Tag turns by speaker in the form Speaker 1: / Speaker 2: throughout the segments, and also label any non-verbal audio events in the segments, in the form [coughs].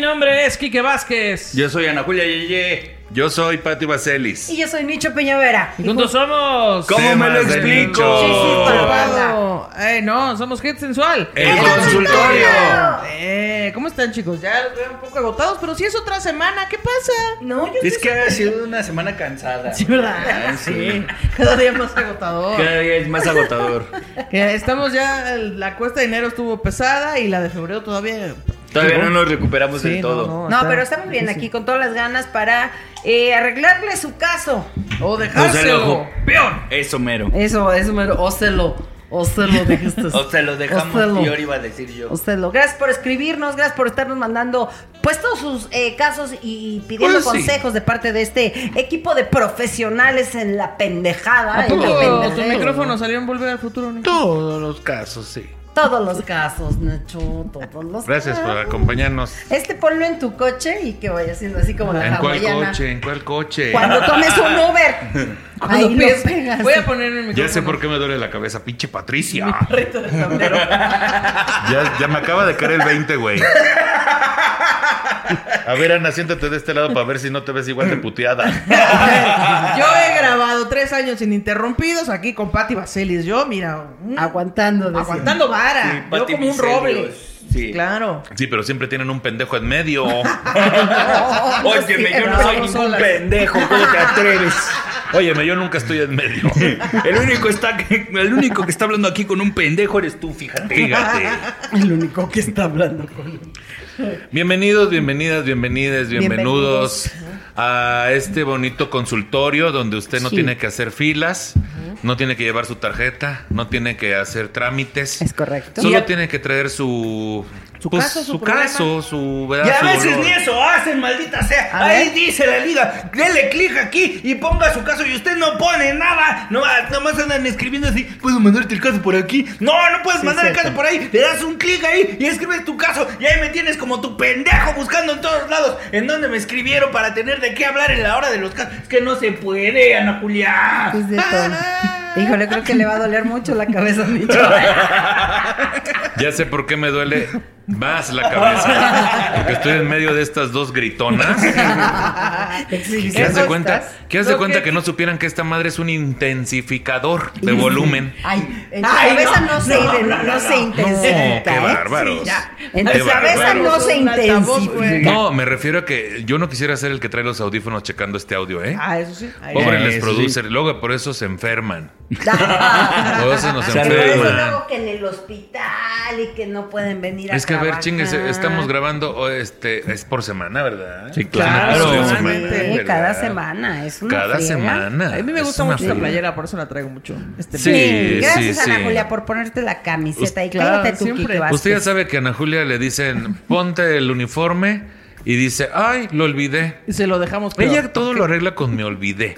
Speaker 1: nombre es Quique Vázquez.
Speaker 2: Yo soy Ana Julia Yeye. Yo soy Pati Vaselis.
Speaker 3: Y yo soy Nicho Peñavera.
Speaker 1: Y juntos somos.
Speaker 2: ¿Cómo me lo
Speaker 1: Temas del
Speaker 2: explico?
Speaker 1: Nicho.
Speaker 3: Sí, sí, banda.
Speaker 1: Eh, no, somos gente sensual.
Speaker 2: El
Speaker 3: ¡El
Speaker 2: consultorio.
Speaker 3: consultorio!
Speaker 1: Eh, ¿Cómo están, chicos? Ya los veo un poco agotados, pero si es otra semana, ¿qué pasa?
Speaker 3: No, yo
Speaker 4: Es que ha sido una semana cansada.
Speaker 3: Sí, ¿verdad?
Speaker 2: Ah, sí.
Speaker 3: Cada día más agotador.
Speaker 2: Cada día es
Speaker 4: [laughs]
Speaker 2: más agotador.
Speaker 1: Eh, Estamos ya, el- la cuesta de enero estuvo pesada y la de febrero todavía.
Speaker 2: Todavía no nos recuperamos
Speaker 1: Sí,
Speaker 2: del todo.
Speaker 1: no,
Speaker 3: No,
Speaker 1: está
Speaker 3: pero estamos bien
Speaker 1: difícil.
Speaker 3: aquí con todas las ganas para eh, arreglarle su caso.
Speaker 1: O
Speaker 2: Nos sale
Speaker 1: dejárselo.
Speaker 2: ojo. ¡Peón! Eso mero.
Speaker 3: Oh, Eso, eso me oh, óselo. Óselo,
Speaker 2: [laughs]
Speaker 3: dijiste. Oh,
Speaker 4: O se los dejamos
Speaker 3: Óselo.
Speaker 4: y ahora iba a decir yo.
Speaker 3: Óselo. oh, Gracias por escribirnos, gracias por estarnos mandando pues todos sus eh, casos y pidiendo
Speaker 2: Pues sí.
Speaker 3: consejos de parte de este equipo de profesionales en la pendejada.
Speaker 1: ¿A
Speaker 3: en la
Speaker 1: poco tu
Speaker 3: pendejada.
Speaker 1: micrófono salió en Volver al Futuro, Nico?
Speaker 5: Todos los casos, sí.
Speaker 3: Todos los casos, Nacho, todos los
Speaker 5: Gracias por
Speaker 3: casos.
Speaker 5: acompañarnos.
Speaker 3: Este ponlo en tu coche y que vaya siendo así como la
Speaker 5: ¿En cuál
Speaker 3: hawaiana.
Speaker 5: coche? ¿En cuál coche?
Speaker 3: Cuando tomes un Uber.
Speaker 1: Cuando
Speaker 3: ahí
Speaker 1: piense-
Speaker 3: lo pegas.
Speaker 1: Voy a poner en mi
Speaker 5: [laughs] Ya sé por qué me duele la cabeza, pinche Patricia.
Speaker 1: Perrito de sombrero.
Speaker 5: Ya, ya me acaba de caer el 20, güey. A ver, Ana, siéntate de este lado para ver si no te ves igual de puteada.
Speaker 1: Yo he grabado tres años ininterrumpidos aquí con Patti Vaselis. Yo, mira, un-
Speaker 3: Aguantando. decía.
Speaker 1: aguantando
Speaker 4: Y
Speaker 1: vara. Yo
Speaker 4: Pati
Speaker 1: como un
Speaker 4: Vicelios,
Speaker 1: roble.
Speaker 4: Sí.
Speaker 1: Claro.
Speaker 5: Sí, pero siempre tienen un pendejo en medio.
Speaker 3: No, no es
Speaker 4: Óyeme, yo
Speaker 3: cierto.
Speaker 4: no soy
Speaker 1: Vamos
Speaker 4: ningún
Speaker 1: solas.
Speaker 4: pendejo. ¿Cómo te
Speaker 2: [laughs]
Speaker 4: atreves?
Speaker 5: Óyeme, yo nunca estoy en medio. [laughs]
Speaker 4: El único, está que, el único que está hablando aquí con un pendejo eres tú, fíjate.
Speaker 5: Fíjate.
Speaker 3: [laughs] El único que está hablando con
Speaker 5: Bienvenidos, bienvenidas, bienvenides,
Speaker 3: Bienvenidos.
Speaker 5: bienvenidos a este bonito consultorio donde usted no
Speaker 3: Sí.
Speaker 5: tiene que hacer filas, no tiene que llevar su tarjeta, no tiene que hacer trámites.
Speaker 3: Es correcto.
Speaker 5: Solo
Speaker 3: Ya-
Speaker 5: tiene que traer su
Speaker 1: Su caso, su problema.
Speaker 5: caso, su ¿verdad?
Speaker 4: Y a
Speaker 5: Su
Speaker 4: veces
Speaker 5: dolor.
Speaker 4: ni eso hacen, maldita sea.
Speaker 1: A
Speaker 4: Ahí
Speaker 1: ver.
Speaker 4: dice la liga, dele clic aquí y ponga su caso y usted no pone nada. Nomás, nomás andan escribiendo así, ¿puedo mandarte el caso por aquí? No, no puedes
Speaker 3: Sí,
Speaker 4: mandar el
Speaker 3: cierto.
Speaker 4: caso por ahí. Le das un clic ahí y escribes tu caso. Y ahí me tienes como tu pendejo buscando en todos lados en donde me escribieron para tener de qué hablar en la hora de los casos. Es que no se puede, Ana Julia.
Speaker 3: Es de
Speaker 2: Ah. [laughs]
Speaker 3: todo. Híjole, creo que le va a doler mucho la cabeza, Nicho.
Speaker 5: Ya sé por qué me duele más la cabeza. Porque estoy en medio de estas dos
Speaker 3: [laughs]
Speaker 5: gritonas.
Speaker 3: ¿Qué
Speaker 5: Que haz de cuenta, que haz de
Speaker 1: Lo
Speaker 5: cuenta
Speaker 1: que-
Speaker 5: que no supieran que esta madre es un intensificador
Speaker 3: [laughs]
Speaker 5: de volumen.
Speaker 3: Ay, en tu
Speaker 4: Ay,
Speaker 3: cabeza
Speaker 4: no,
Speaker 3: no, se,
Speaker 4: no,
Speaker 3: no,
Speaker 4: no, no,
Speaker 3: se
Speaker 5: No,
Speaker 3: intensifica.
Speaker 5: qué
Speaker 3: ¿eh?
Speaker 5: bárbaros.
Speaker 1: ya.
Speaker 3: En
Speaker 5: Qué
Speaker 3: tu cabeza
Speaker 5: bárbaro.
Speaker 3: no se
Speaker 1: Un altavoz,
Speaker 3: [laughs]
Speaker 1: güey.
Speaker 3: intensifica.
Speaker 5: No, me refiero a que yo no quisiera ser el que trae los audífonos checando este audio, ¿eh?
Speaker 1: Ah, eso sí. Ahí
Speaker 5: Pobre
Speaker 1: va.
Speaker 5: les
Speaker 4: Eso
Speaker 5: producer, luego por eso se enferman. Por eso nos
Speaker 3: Que por eso
Speaker 5: enferman.
Speaker 3: luego que en el hospital y que no pueden venir a
Speaker 5: Es que a ver,
Speaker 3: trabajar.
Speaker 5: chingues, estamos grabando oh, este es por semana, ¿verdad? Pues,
Speaker 4: Sí,
Speaker 5: Es
Speaker 4: claro.
Speaker 5: una
Speaker 3: Sí,
Speaker 5: cosa por semana, ¿verdad?
Speaker 3: ¿eh? cada semana, es una
Speaker 5: Cada
Speaker 3: friega.
Speaker 5: semana.
Speaker 1: A mí me
Speaker 5: Es
Speaker 1: gusta
Speaker 5: una
Speaker 1: mucho esta
Speaker 5: friega.
Speaker 1: playera, por eso la traigo mucho. Este
Speaker 5: Sí,
Speaker 3: Sí, gracias
Speaker 5: sí,
Speaker 3: Ana
Speaker 5: sí.
Speaker 3: Julia por ponerte la camiseta y
Speaker 1: Claro,
Speaker 3: cállate tú,
Speaker 1: siempre.
Speaker 3: Quique Vázquez.
Speaker 5: Usted ya sabe que a Ana Julia le dicen, ponte el uniforme y dice, ay, lo olvidé.
Speaker 1: Y se lo dejamos. peor.
Speaker 5: Ella todo lo arregla con me olvidé.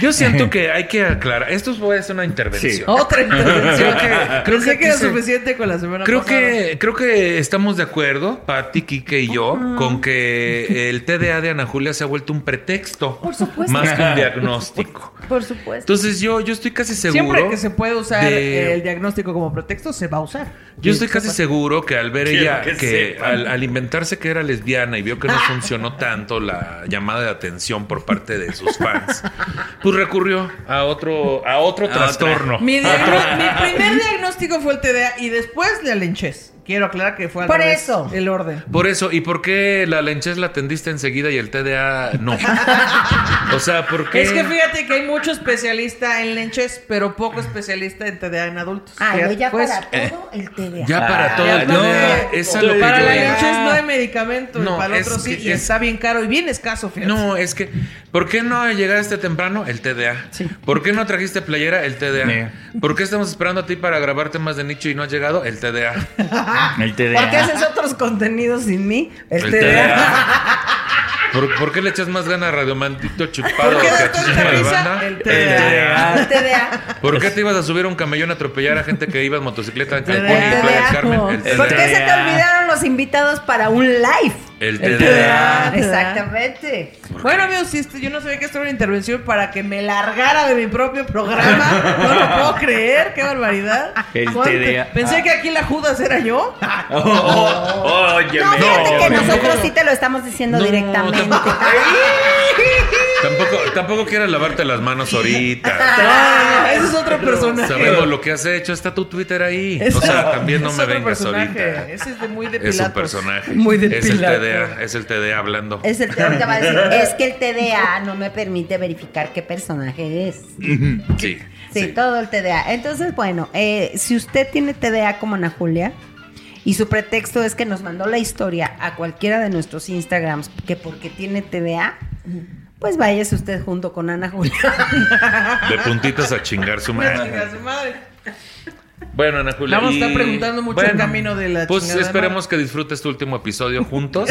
Speaker 5: Yo
Speaker 4: [laughs]
Speaker 5: siento que hay que aclarar. Esto voy a hacer una intervención.
Speaker 1: Otra intervención.
Speaker 5: Creo que- creo
Speaker 1: Pensé
Speaker 5: que
Speaker 1: era
Speaker 5: aquí se-
Speaker 1: suficiente con la semana
Speaker 5: Creo
Speaker 1: pasada.
Speaker 5: que, creo que estamos de acuerdo, Patti, Kike y yo,
Speaker 1: Ah.
Speaker 5: con que el TDA de Ana Julia se ha vuelto un pretexto
Speaker 3: Por supuesto.
Speaker 4: [laughs]
Speaker 5: más que un diagnóstico.
Speaker 3: Por supuesto.
Speaker 5: Entonces yo, yo estoy casi seguro.
Speaker 1: Siempre que se puede usar
Speaker 5: de-
Speaker 1: el pues. diagnóstico como pretexto, se va a usar.
Speaker 5: Yo estoy casi seguro que al ver
Speaker 4: Quiero
Speaker 5: ella
Speaker 4: que
Speaker 5: que,
Speaker 4: sepan.
Speaker 5: al, al inventarse que era lesbiana y vio que no funcionó tanto la llamada de atención por parte de sus fans, pues recurrió a otro a otro
Speaker 4: A
Speaker 5: trastorno.
Speaker 1: [laughs] Mi, diagno- mi primer diagnóstico fue el TDA y después la lenchez. Quiero aclarar que fue al
Speaker 3: Por
Speaker 1: revés,
Speaker 3: eso.
Speaker 1: el orden.
Speaker 5: Por eso, ¿y por qué la lenchez la atendiste enseguida y el TDA no? O sea, ¿por qué?
Speaker 1: Es que fíjate que hay mucho especialista en lenchez, pero poco especialista en TDA en adultos.
Speaker 3: Ah, yo ya
Speaker 1: Pues,
Speaker 3: para todo el TVA.
Speaker 5: eh, ya para
Speaker 4: Ah,
Speaker 5: todo
Speaker 1: ya
Speaker 5: el
Speaker 1: para-
Speaker 5: TDA es a lo que
Speaker 1: para
Speaker 5: yo
Speaker 1: la
Speaker 5: iba.
Speaker 1: lenchez no hay medicamento,
Speaker 5: No,
Speaker 1: y para el
Speaker 5: es
Speaker 1: otro sí,
Speaker 5: que-
Speaker 1: y
Speaker 5: es-
Speaker 1: está bien caro y bien escaso, fíjate.
Speaker 5: No, es que, ¿por qué no llegaste temprano? El TDA. ¿Por qué no trajiste playera? El TDA.
Speaker 4: Ne.
Speaker 5: ¿Por qué estamos esperando a ti para grabar temas de nicho y no has llegado? El TDA.
Speaker 4: El TDA.
Speaker 3: ¿Por qué haces otros contenidos sin mí? El,
Speaker 5: El
Speaker 3: TVA.
Speaker 5: ¿Por, por qué le echas más gana a Radiomantito Chupado
Speaker 1: ¿Por qué
Speaker 5: que a
Speaker 1: da
Speaker 5: tu
Speaker 1: tanta
Speaker 5: de
Speaker 1: risa?
Speaker 5: banda?
Speaker 1: El
Speaker 4: El
Speaker 1: TDA.
Speaker 3: El TVA.
Speaker 5: ¿Por qué te ibas a subir a un camellón a atropellar a gente que iba en motocicleta en
Speaker 1: El
Speaker 5: Cancún y Playa del Carmen? El
Speaker 3: ¿Por
Speaker 5: TDA.
Speaker 3: qué se te olvidaron los invitados para un live?
Speaker 5: El
Speaker 1: El
Speaker 5: TDA.
Speaker 1: TDA.
Speaker 3: Exactamente.
Speaker 1: Bueno, amigos, si este- yo no sabía que esto era una intervención para que me largara de mi propio programa. No lo puedo creer, qué barbaridad.
Speaker 2: El
Speaker 1: ¿Cuánto-
Speaker 2: TDA.
Speaker 5: Ah.
Speaker 1: Pensé que aquí la Judas era yo.
Speaker 2: [laughs]
Speaker 5: [laughs]
Speaker 2: Oh, oh, oh, óyeme,
Speaker 3: No, fíjate que
Speaker 2: óyeme.
Speaker 3: nosotros sí te lo estamos diciendo
Speaker 5: No,
Speaker 1: [laughs]
Speaker 3: directamente.
Speaker 5: tampoco. Tampoco, tampoco quieras lavarte las
Speaker 1: [laughs]
Speaker 5: manos ahorita.
Speaker 1: Ah, ese es otro personaje.
Speaker 5: Sabemos lo que has hecho. Está tu Twitter ahí.
Speaker 1: Ese-
Speaker 5: o sea, también no
Speaker 1: ese
Speaker 5: me
Speaker 1: es otro
Speaker 5: vengas
Speaker 1: personaje.
Speaker 5: ahorita.
Speaker 1: Ese es de muy de
Speaker 5: Es un
Speaker 1: Pilatos.
Speaker 5: personaje.
Speaker 1: Muy de
Speaker 5: Es el
Speaker 1: Pilatos.
Speaker 5: TDA. Es el TDA hablando.
Speaker 3: Es el ahorita va a
Speaker 5: [laughs]
Speaker 3: decir, es que el TDA no me permite verificar qué personaje es.
Speaker 5: Sí.
Speaker 3: Sí, todo el TDA. Entonces, bueno, eh, si usted tiene TDA como Ana Julia y su pretexto es que nos mandó la historia a cualquiera de nuestros Instagrams que porque tiene TDA, pues váyase usted junto con Ana Julia.
Speaker 5: De puntitas a chingar su
Speaker 1: Chinga
Speaker 5: madre.
Speaker 1: su madre.
Speaker 5: Bueno, Ana Julia.
Speaker 1: Vamos a
Speaker 5: y-
Speaker 1: estar preguntando mucho el camino de la
Speaker 5: Pues
Speaker 1: chingada
Speaker 5: esperemos que disfrutes tu último episodio
Speaker 1: [laughs]
Speaker 5: juntos.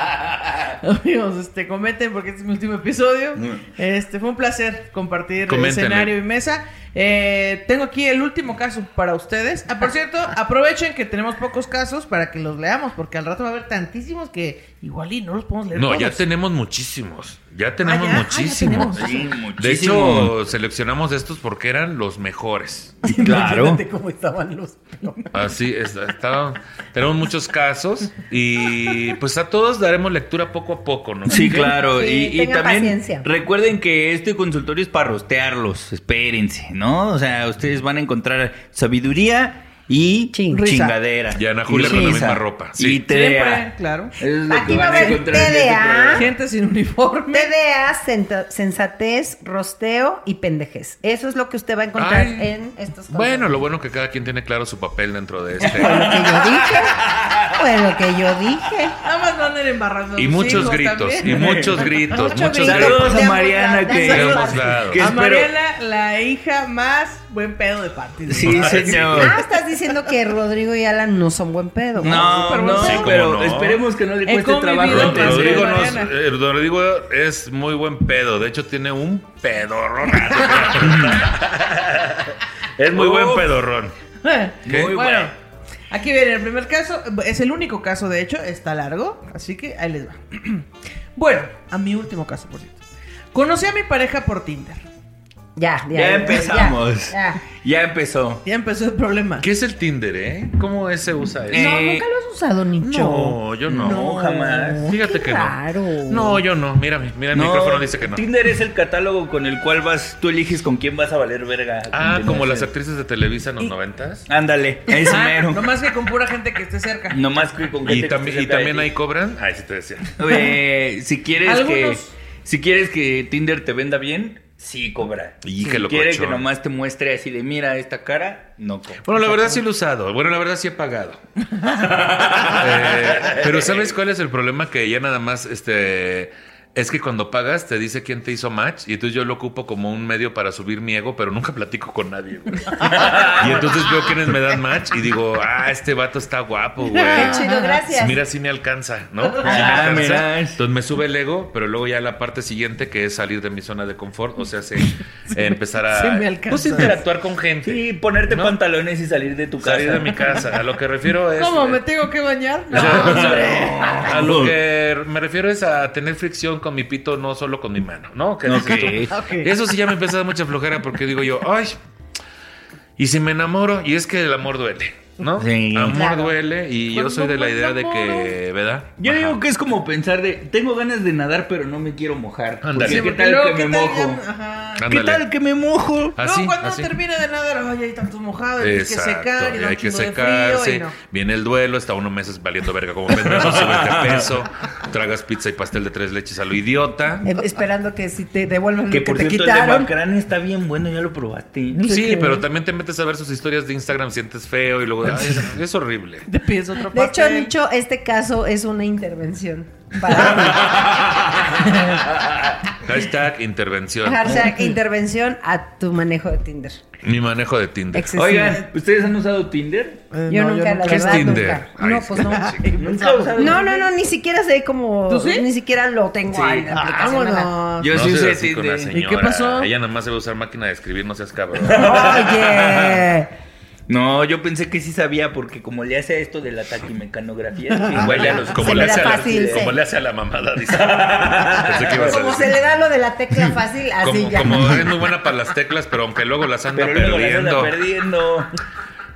Speaker 1: Amigos, este, comenten porque este es mi último episodio. Este, fue un placer compartir
Speaker 5: Coméntenle.
Speaker 1: escenario y mesa. Eh, tengo aquí el último caso para ustedes. Ah, por
Speaker 5: [laughs]
Speaker 1: cierto, aprovechen que tenemos pocos casos para que los leamos, porque al rato va a haber tantísimos que igual y no los podemos leer.
Speaker 5: No,
Speaker 1: todos. [laughs]
Speaker 5: ya tenemos muchísimos. Ya tenemos
Speaker 1: Ah, ya. Ah, ya tenemos.
Speaker 5: muchísimos.
Speaker 2: Sí,
Speaker 5: De
Speaker 2: muchísimo.
Speaker 5: hecho, seleccionamos estos porque eran los mejores.
Speaker 2: claro.
Speaker 3: cómo estaban los
Speaker 5: Así es, estaban- tenemos muchos casos y pues a todos daremos lectura poco a poco, ¿no?
Speaker 2: Sí, claro.
Speaker 3: Sí,
Speaker 2: y- y
Speaker 3: tengan
Speaker 2: también
Speaker 3: paciencia.
Speaker 2: recuerden que este consultorio es para rostearlos. Espérense, ¿no? O sea, ustedes van a encontrar sabiduría y
Speaker 3: Chin.
Speaker 1: Risa.
Speaker 2: chingadera.
Speaker 5: Y Ana Julia con la
Speaker 2: risa.
Speaker 5: misma ropa, sí.
Speaker 2: Y
Speaker 1: Siempre,
Speaker 2: TDA.
Speaker 1: claro.
Speaker 2: Es lo
Speaker 3: Aquí
Speaker 2: que
Speaker 3: va a
Speaker 2: van
Speaker 3: haber
Speaker 2: encontrar en este
Speaker 3: TDA.
Speaker 2: programa.
Speaker 1: Gente sin uniforme.
Speaker 3: TDA, senta- sensatez, rosteo y pendejez. Eso es lo que usted va a encontrar
Speaker 5: Ay.
Speaker 3: en estos
Speaker 5: Bueno,
Speaker 3: contenidos.
Speaker 5: lo bueno que cada quien tiene claro su papel dentro de este.
Speaker 3: Fue lo que yo dije. Fue lo que yo dije.
Speaker 1: Nada más no anden embarrando.
Speaker 5: Y
Speaker 1: los
Speaker 5: muchos
Speaker 1: hijos
Speaker 5: gritos,
Speaker 1: también.
Speaker 5: y muchos gritos,
Speaker 1: Mucho
Speaker 5: muchos
Speaker 1: grito.
Speaker 5: gritos.
Speaker 2: Saludos
Speaker 3: De
Speaker 2: a
Speaker 3: ambos
Speaker 2: Mariana
Speaker 3: lados,
Speaker 2: que,
Speaker 3: de
Speaker 5: ambos lados.
Speaker 2: que
Speaker 1: A
Speaker 2: espero-
Speaker 1: Mariela, la hija más buen pedo de partido.
Speaker 2: Sí,
Speaker 3: Ah,
Speaker 2: señor.
Speaker 3: estás diciendo que Rodrigo y Alan no son buen pedo.
Speaker 2: No,
Speaker 1: Súper
Speaker 2: no,
Speaker 1: bueno. Sí,
Speaker 5: cómo
Speaker 2: pero
Speaker 5: no.
Speaker 2: esperemos que no le
Speaker 1: He
Speaker 2: cueste [laughs] trabajo.
Speaker 1: convivido con
Speaker 2: entender.
Speaker 5: Rodrigo, no es,
Speaker 1: Mariana.
Speaker 5: eh, Rodrigo es muy buen pedo. De hecho, tiene un
Speaker 2: [laughs]
Speaker 5: pedorrón. es muy buen
Speaker 2: Uf.
Speaker 5: pedorrón.
Speaker 1: [laughs]
Speaker 2: Muy
Speaker 1: bueno,
Speaker 2: bueno.
Speaker 1: aquí viene el primer caso. Es el único caso, de hecho, está largo, así que ahí les va. [clears throat] bueno, a mi último caso, por cierto. Conocí a mi pareja por Tinder.
Speaker 3: Ya, ya.
Speaker 2: Ya empezamos.
Speaker 3: ya,
Speaker 2: Ya empezó.
Speaker 1: Ya empezó el problema.
Speaker 5: ¿Qué es el Tinder, eh? ¿Cómo es- se usa
Speaker 3: ya.
Speaker 5: eso?
Speaker 3: No,
Speaker 2: Eh,
Speaker 3: nunca lo has usado, Nicho.
Speaker 5: No, yo no.
Speaker 2: No, jamás.
Speaker 5: Fíjate
Speaker 3: qué
Speaker 5: que
Speaker 3: raro.
Speaker 5: no. No, yo no. Mírame, mira el
Speaker 2: No,
Speaker 5: micrófono dice que no.
Speaker 2: Tinder es el catálogo con el cual vas, tú eliges con quién vas a valer verga.
Speaker 5: Ah,
Speaker 2: Con quién
Speaker 5: como
Speaker 2: vas
Speaker 5: las
Speaker 2: a-
Speaker 5: actrices de Televisa en los noventas.
Speaker 2: Ándale, es
Speaker 1: Ah,
Speaker 2: mero.
Speaker 1: nomás que con pura gente que esté cerca.
Speaker 2: [laughs] Nomás que con gente
Speaker 5: Y,
Speaker 2: que
Speaker 5: tambi-
Speaker 2: esté
Speaker 5: y
Speaker 2: cerca de
Speaker 5: también
Speaker 2: ti.
Speaker 5: ahí cobran. Ay, sí te decía.
Speaker 2: Eh, si quieres
Speaker 1: Algunos.
Speaker 2: que si quieres que Tinder te venda bien, sí cobra.
Speaker 5: Y
Speaker 2: si
Speaker 5: que lo
Speaker 2: quiere
Speaker 5: cochón.
Speaker 2: que nomás te muestre así de mira esta cara, no cobra.
Speaker 5: Bueno, la verdad sí lo he usado. Bueno, la verdad sí he pagado. Eh, pero ¿sabes cuál es el problema? Que ya nada más, este... Es que cuando pagas te dice quién te hizo match y entonces yo lo ocupo como un medio para subir mi ego, pero nunca platico con nadie, güey. Y entonces veo quiénes me dan match y digo, ah, este vato está guapo, güey.
Speaker 3: Qué chido, gracias.
Speaker 5: Mira, si me alcanza, ¿no? Sí me
Speaker 2: Ah,
Speaker 5: alcanza.
Speaker 2: mira.
Speaker 5: Entonces me sube el ego, pero luego ya la parte siguiente que es salir de mi zona de confort, o sea, se, empezar a...
Speaker 1: sí me alcanza.
Speaker 5: pues, interactuar con gente.
Speaker 2: Sí, ponerte
Speaker 5: ¿No?
Speaker 2: pantalones y salir de tu casa.
Speaker 5: Salir de mi casa. A lo que refiero es.
Speaker 1: ¿Cómo?
Speaker 2: eh.
Speaker 1: ¿Me tengo que bañar?
Speaker 2: [laughs]
Speaker 5: O sea,
Speaker 1: No.
Speaker 5: A lo que me refiero es a tener fricción con mi pito, no solo con mi mano, ¿no? Que dices
Speaker 2: Ok.
Speaker 5: tú.
Speaker 1: Ok.
Speaker 5: Eso sí ya me empieza a dar mucha flojera porque digo yo, ay, y si me enamoro, y es que el amor duele, ¿no?
Speaker 2: Sí.
Speaker 5: Amor
Speaker 3: Claro.
Speaker 5: duele, y yo
Speaker 1: Cuando
Speaker 5: soy de la
Speaker 1: me
Speaker 5: idea de que,
Speaker 1: enamoro.
Speaker 5: ¿verdad?
Speaker 2: Yo
Speaker 5: Ajá.
Speaker 2: digo que es como pensar de tengo ganas de nadar pero no me quiero mojar.
Speaker 5: Ándale.
Speaker 2: Porque
Speaker 5: Sí,
Speaker 2: ¿Qué
Speaker 1: porque
Speaker 2: tal
Speaker 1: luego,
Speaker 2: que me
Speaker 1: ¿qué tal ya-
Speaker 2: mojo? Ah,
Speaker 1: Ajá.
Speaker 5: Ah,
Speaker 2: ¿Qué
Speaker 5: Ándale.
Speaker 2: tal que me mojo?
Speaker 5: Así,
Speaker 1: no, cuando
Speaker 5: así.
Speaker 1: termine de nadar, ay, hay tantos mojados, hay que secar,
Speaker 5: Exacto,
Speaker 1: y da
Speaker 5: y
Speaker 1: un
Speaker 5: hay que
Speaker 1: chingo de frío,
Speaker 5: secarse.
Speaker 1: y no. [laughs]
Speaker 5: Viene el duelo, está unos meses valiendo verga como pendejo, [laughs] subes de peso, tragas pizza y pastel de tres leches a lo idiota.
Speaker 3: Em- Esperando que si te devuelvan lo
Speaker 2: Que
Speaker 3: que,
Speaker 2: por
Speaker 3: te
Speaker 2: cierto el de
Speaker 3: quitaron.
Speaker 2: Macrán está bien bueno, ya lo probaste.
Speaker 5: Sí, pero también te metes a ver sus historias de Instagram, sientes feo y luego ay,
Speaker 3: [laughs]
Speaker 5: es, es horrible.
Speaker 1: Te pides otro
Speaker 3: De hecho,
Speaker 1: pastel.
Speaker 3: Nicho, este caso es una intervención. Para
Speaker 5: Hashtag intervención.
Speaker 3: Hashtag intervención a tu manejo de Tinder.
Speaker 5: Mi manejo de Tinder.
Speaker 3: Excesivo.
Speaker 2: Oigan, ¿ustedes han usado Tinder?
Speaker 1: Eh,
Speaker 3: yo
Speaker 1: no,
Speaker 3: nunca, la
Speaker 5: ¿Qué es
Speaker 3: verdad,
Speaker 5: Tinder?
Speaker 3: nunca. No,
Speaker 5: Ay,
Speaker 3: pues no.
Speaker 2: Nunca he usado
Speaker 3: No,
Speaker 2: Tinder.
Speaker 3: no, no, ni siquiera sé cómo.
Speaker 1: ¿Tú sí?
Speaker 3: Ni siquiera lo tengo
Speaker 2: Sí.
Speaker 3: ahí. en la
Speaker 1: Ah,
Speaker 3: aplicación, ajá.
Speaker 1: Vámonos.
Speaker 2: Yo
Speaker 5: No
Speaker 2: sí
Speaker 5: seas
Speaker 2: usé
Speaker 5: así con la
Speaker 2: Tinder.
Speaker 5: señora.
Speaker 1: ¿Y qué pasó?
Speaker 3: [laughs]
Speaker 5: Ella nada más se va a usar máquina de escribir, no seas cabrón.
Speaker 3: Oye.
Speaker 2: No, yo pensé que sí sabía, porque como le hace esto de la
Speaker 3: [laughs]
Speaker 2: taquimecanografía,
Speaker 5: Igual
Speaker 2: igual
Speaker 5: ya
Speaker 2: ya
Speaker 5: los-
Speaker 2: los.
Speaker 5: como,
Speaker 3: Se
Speaker 5: le
Speaker 3: le
Speaker 5: hace
Speaker 3: da
Speaker 5: a la,
Speaker 3: fácil, sí.
Speaker 5: como le hace a la
Speaker 3: [laughs]
Speaker 5: mamada, dice. Pensé que ibas a
Speaker 3: Como
Speaker 5: decir.
Speaker 3: se le da lo de la tecla fácil, así
Speaker 5: Como,
Speaker 3: ya.
Speaker 5: como es muy buena para las teclas, pero aunque luego las anda
Speaker 2: Pero luego las anda
Speaker 5: perdiendo.
Speaker 2: perdiendo.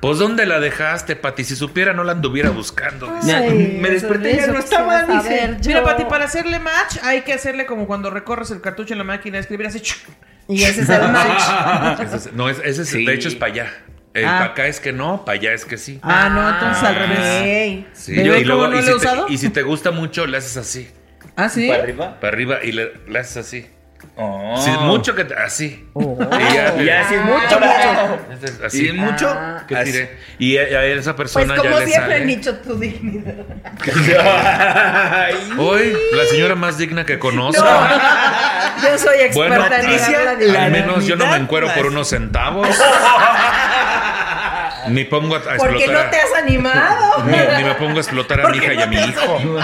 Speaker 5: Pues, ¿dónde la dejaste, Pati? Si supiera, no la anduviera buscando. dice.
Speaker 2: Ya,
Speaker 3: Ay,
Speaker 2: me desperté, ya
Speaker 3: eso
Speaker 2: no
Speaker 3: quisiera
Speaker 2: estaba, dice.
Speaker 3: saber yo.
Speaker 1: Mira, Pati, para hacerle match hay que hacerle como cuando recorres el cartucho en la máquina de escribir, así. chuc.
Speaker 3: Y ese
Speaker 2: [laughs]
Speaker 3: es el
Speaker 5: [laughs]
Speaker 3: match.
Speaker 5: Ese es- no, es- ese es-
Speaker 2: Sí.
Speaker 5: de hecho es para allá.
Speaker 3: Ah.
Speaker 5: Para acá es que no, para allá es que sí.
Speaker 1: Ah, no, entonces al revés.
Speaker 3: Ok.
Speaker 5: Sí,
Speaker 1: ¿Bebé, cómo no
Speaker 5: y,
Speaker 1: lo he
Speaker 5: si
Speaker 1: usado?
Speaker 5: te, y si te gusta mucho, le haces así.
Speaker 1: Ah, sí.
Speaker 2: ¿Para arriba?
Speaker 5: Para arriba y le, le haces así.
Speaker 2: Oh.
Speaker 5: Si es mucho que te- así.
Speaker 3: Pues
Speaker 5: Y ya, le-
Speaker 2: Ah, Ya, si es mucho,
Speaker 3: Ah.
Speaker 2: mucho.
Speaker 5: Entonces,
Speaker 2: Si
Speaker 5: así.
Speaker 2: es mucho,
Speaker 3: Ah.
Speaker 5: que
Speaker 2: así.
Speaker 5: tire. Y a, a esa
Speaker 3: Pues
Speaker 5: persona
Speaker 3: como
Speaker 5: ya le
Speaker 3: siempre,
Speaker 5: sale.
Speaker 3: Nicho, tu dignidad.
Speaker 2: Ay.
Speaker 5: Hoy, la señora más digna que conozco.
Speaker 3: [laughs] Yo soy experta
Speaker 5: Bueno,
Speaker 3: en
Speaker 5: Patricia,
Speaker 3: negar la pues.
Speaker 5: al
Speaker 3: dignidad.
Speaker 5: menos yo no me
Speaker 2: dignidad
Speaker 5: encuero por
Speaker 2: más.
Speaker 3: [laughs]
Speaker 5: unos centavos. ni pongo a, a
Speaker 3: Porque
Speaker 5: explotar.
Speaker 3: no te has animado.
Speaker 5: a- [laughs] ni,
Speaker 3: [laughs]
Speaker 5: ni me pongo a explotar a mi hija y a mi hijo.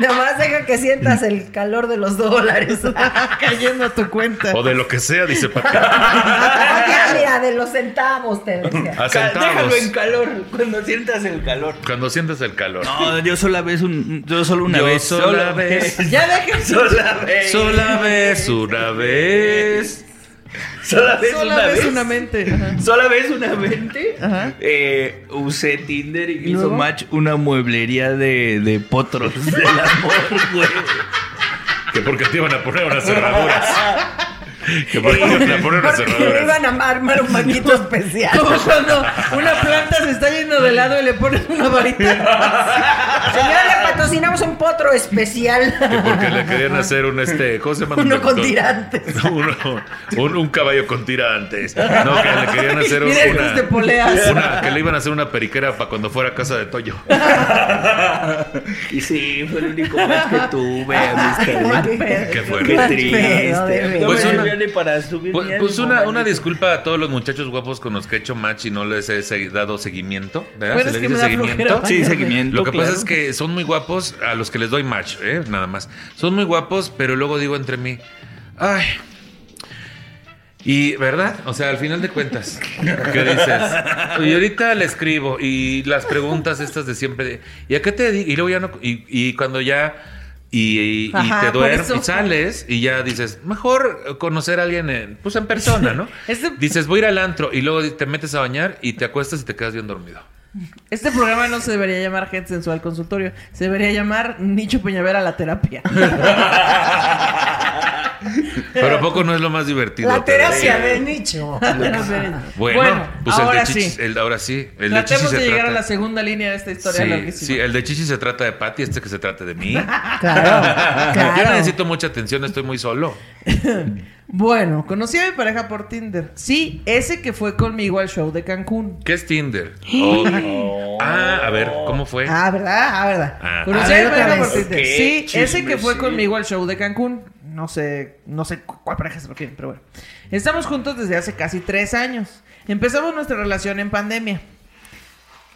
Speaker 3: Nomás deja que sientas el calor de los
Speaker 5: [laughs]
Speaker 3: dólares. [laughs]
Speaker 1: Cayendo a tu cuenta.
Speaker 5: O de lo que sea, dice Pati.
Speaker 3: Ya, mira, de los centavos, te decía.
Speaker 5: [laughs] A
Speaker 2: Ca- Déjalo
Speaker 5: centavos.
Speaker 2: en calor, cuando sientas el calor.
Speaker 5: Cuando sientes el calor.
Speaker 2: No, yo sola vez un, yo solo una
Speaker 5: Yo
Speaker 2: vez.
Speaker 5: sola vez.
Speaker 2: [laughs]
Speaker 1: Ya dejen
Speaker 2: Sola [laughs] vez.
Speaker 5: Sola vez, una vez.
Speaker 2: Sola vez
Speaker 1: sola
Speaker 2: una
Speaker 1: vez
Speaker 2: vez.
Speaker 1: una mente. Ajá.
Speaker 2: Sola vez una mente.
Speaker 1: Ajá.
Speaker 2: Eh, usé Tinder y me hizo
Speaker 1: luego?
Speaker 2: match una mueblería de, de potros del [laughs] amor, güey.
Speaker 5: Que porque te iban a poner unas
Speaker 1: [laughs]
Speaker 5: cerraduras. Que porque te iban a poner unas
Speaker 3: Porque le
Speaker 5: cerraduras.
Speaker 3: iban a armar un banquito
Speaker 5: [laughs]
Speaker 3: especial.
Speaker 1: Como cuando una planta se está yendo de lado y le pones una varita.
Speaker 3: Señora, le patrocinamos un potro especial.
Speaker 5: Que porque le querían hacer un este. ¿Cómo se llama?
Speaker 3: [laughs] Uno con
Speaker 5: Doctor-
Speaker 3: tirantes.
Speaker 5: [laughs] Uno- un, un caballo con tirantes. No, que le querían
Speaker 1: [laughs]
Speaker 5: hacer un-
Speaker 1: Mira
Speaker 5: una,
Speaker 1: estos de poleas.
Speaker 5: una- Que le iban a hacer una periquera para cuando fuera a casa de Toyo.
Speaker 2: Y sí, fue el único match que tuve,
Speaker 3: [laughs]
Speaker 2: amistad.
Speaker 5: Qué
Speaker 2: Ah, Qué
Speaker 5: fuerte.
Speaker 2: triste.
Speaker 3: feo, de veras.
Speaker 2: No
Speaker 5: Pues
Speaker 2: me
Speaker 5: una-
Speaker 2: sirvió ni para subir
Speaker 5: [laughs] Pues,
Speaker 2: ni a
Speaker 5: pues
Speaker 2: mi
Speaker 5: una,
Speaker 2: mamá.
Speaker 5: una disculpa a todos los muchachos guapos con los que he hecho match y no les he segui- dado seguimiento. ¿Verdad?
Speaker 1: Bueno,
Speaker 5: ¿Se
Speaker 1: Pues es
Speaker 5: le
Speaker 1: que
Speaker 5: dice
Speaker 1: me da flojera.
Speaker 5: seguimiento?
Speaker 2: Sí, seguimiento.
Speaker 5: Lo que
Speaker 2: claro.
Speaker 5: pasa es que son muy guapos a los que les doy match, ¿eh? nada más. Son muy guapos, pero luego digo entre mí, ay. Y, ¿verdad? O sea, al final de
Speaker 1: [laughs]
Speaker 5: cuentas, ¿qué dices? Y ahorita le escribo y las preguntas estas de siempre, de, ¿y a qué te dedicas? Y luego ya no, y, y cuando ya, y, y- y
Speaker 1: Ajá,
Speaker 5: te
Speaker 1: por
Speaker 5: duermes
Speaker 1: eso.
Speaker 5: y sales y ya dices, mejor conocer a alguien, en, pues en persona,
Speaker 1: [laughs]
Speaker 5: ¿no?
Speaker 1: Este-
Speaker 5: Dices, voy a ir al antro y luego te metes a bañar y te acuestas y te quedas bien dormido.
Speaker 1: Este programa no se debería llamar Head Sensual Consultorio. Se debería llamar Nicho Peñavera la terapia.
Speaker 5: [laughs] Pero ¿a poco no es lo más divertido.
Speaker 3: La
Speaker 5: Pedro?
Speaker 3: terapia de Nicho.
Speaker 1: [laughs]
Speaker 3: Ah,
Speaker 5: Bueno, pues
Speaker 1: ahora
Speaker 5: el de chichis,
Speaker 1: sí.
Speaker 5: el- ahora sí, el de chichis
Speaker 1: Tratemos
Speaker 5: se
Speaker 1: de llegar
Speaker 5: trata.
Speaker 1: a la segunda línea de esta historia
Speaker 5: sí,
Speaker 1: larguísima.
Speaker 5: sí, eh. el de chichis se trata de Patty, este que se trata
Speaker 1: [laughs]
Speaker 5: de mí. [laughs]
Speaker 3: Claro,
Speaker 5: Yo
Speaker 3: claro.
Speaker 5: necesito mucha atención, estoy muy solo.
Speaker 1: Bueno, conocí a mi pareja por Tinder. Sí, ese que fue conmigo al show de Cancún.
Speaker 5: ¿Qué es Tinder? [laughs] Oh. Ah, a ver, ¿cómo fue?
Speaker 1: Ah, ¿verdad? Ah, ¿verdad?
Speaker 5: Ah.
Speaker 1: Conocí
Speaker 3: A
Speaker 1: a
Speaker 3: ver,
Speaker 1: mi
Speaker 3: otra
Speaker 1: pareja
Speaker 3: vez.
Speaker 1: por Tinder.
Speaker 2: Qué
Speaker 1: Sí, ese que
Speaker 2: chismecito.
Speaker 1: fue conmigo al show de Cancún. No sé, no sé cu- cuál pareja se refieren, pero bueno. Estamos juntos desde hace casi tres años. Empezamos nuestra relación en pandemia.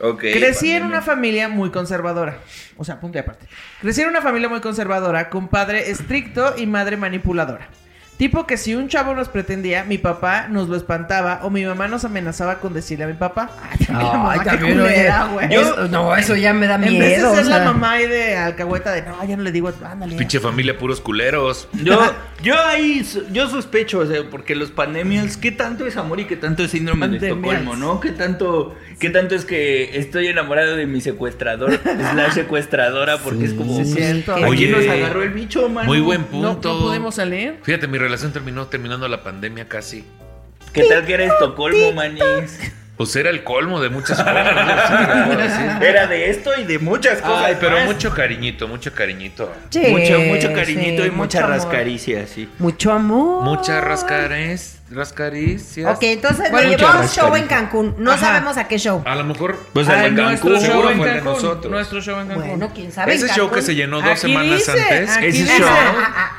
Speaker 2: Ok,
Speaker 1: Crecí en
Speaker 2: pandemia.
Speaker 1: una familia muy conservadora. O sea, punto y aparte. Crecí en una familia muy conservadora, con padre estricto y madre manipuladora. Tipo que si un chavo nos pretendía, mi papá nos lo espantaba o mi mamá nos amenazaba con decirle a mi papá.
Speaker 3: Ay,
Speaker 1: Ay,
Speaker 3: también, oye, eso- no, eso ya me da
Speaker 1: en vez
Speaker 3: miedo.
Speaker 1: de
Speaker 3: o
Speaker 1: ser la
Speaker 3: sea.
Speaker 1: mamá y de alcahueta de no, ya no le digo, ándale.
Speaker 5: Pinche familia, puros culeros.
Speaker 2: Yo, yo ahí, su- yo sospecho, o sea, porque los pandemias, ¿qué tanto es amor y qué tanto es síndrome de
Speaker 1: Pandemias.
Speaker 2: Estocolmo, no? ¿Qué tanto, qué tanto es que estoy enamorado de mi secuestrador, slash secuestradora, porque es como,
Speaker 1: Sí, cierto.
Speaker 2: oye,
Speaker 5: Oye,
Speaker 2: nos agarró el bicho, mano.
Speaker 5: Muy buen
Speaker 1: No,
Speaker 5: punto.
Speaker 1: no pudimos salir.
Speaker 5: Fíjate, mi relación terminó terminando la pandemia casi.
Speaker 2: ¿Qué tal que era Estocolmo, manis? [laughs]
Speaker 5: Pues era el colmo
Speaker 1: [laughs]
Speaker 5: de muchas cosas. ¿no? Ahora sí.
Speaker 2: Ah, Era de esto y de muchas
Speaker 1: Ah,
Speaker 2: cosas
Speaker 5: Ay, pero
Speaker 1: pues.
Speaker 2: más.
Speaker 5: mucho cariñito, mucho cariñito.
Speaker 3: Sí,
Speaker 2: mucho, mucho cariñito
Speaker 3: sí,
Speaker 2: y mucha
Speaker 3: mucho amor.
Speaker 2: rascaricia, sí.
Speaker 3: Mucho amor.
Speaker 5: Muchas rascares, rascaricias.
Speaker 3: Ok, entonces
Speaker 1: Bueno,
Speaker 3: le llevó a un
Speaker 2: muchas
Speaker 3: show en
Speaker 2: gracias.
Speaker 3: Cancún. No
Speaker 1: Ajá.
Speaker 3: sabemos a qué show.
Speaker 5: A lo mejor.
Speaker 2: Pues
Speaker 1: Ay,
Speaker 2: el de
Speaker 1: nuestro
Speaker 2: Cancún,
Speaker 1: show
Speaker 5: seguro
Speaker 1: en
Speaker 5: fue el de
Speaker 1: Cancún.
Speaker 5: nosotros.
Speaker 1: Nuestro show en Cancún.
Speaker 3: Bueno, quién sabe. en
Speaker 5: Ese show que
Speaker 3: Cancún.
Speaker 5: se llenó dos
Speaker 1: Aquí
Speaker 5: semanas
Speaker 1: dice,
Speaker 5: antes.
Speaker 1: aquí
Speaker 2: Ese
Speaker 1: dice,
Speaker 2: show.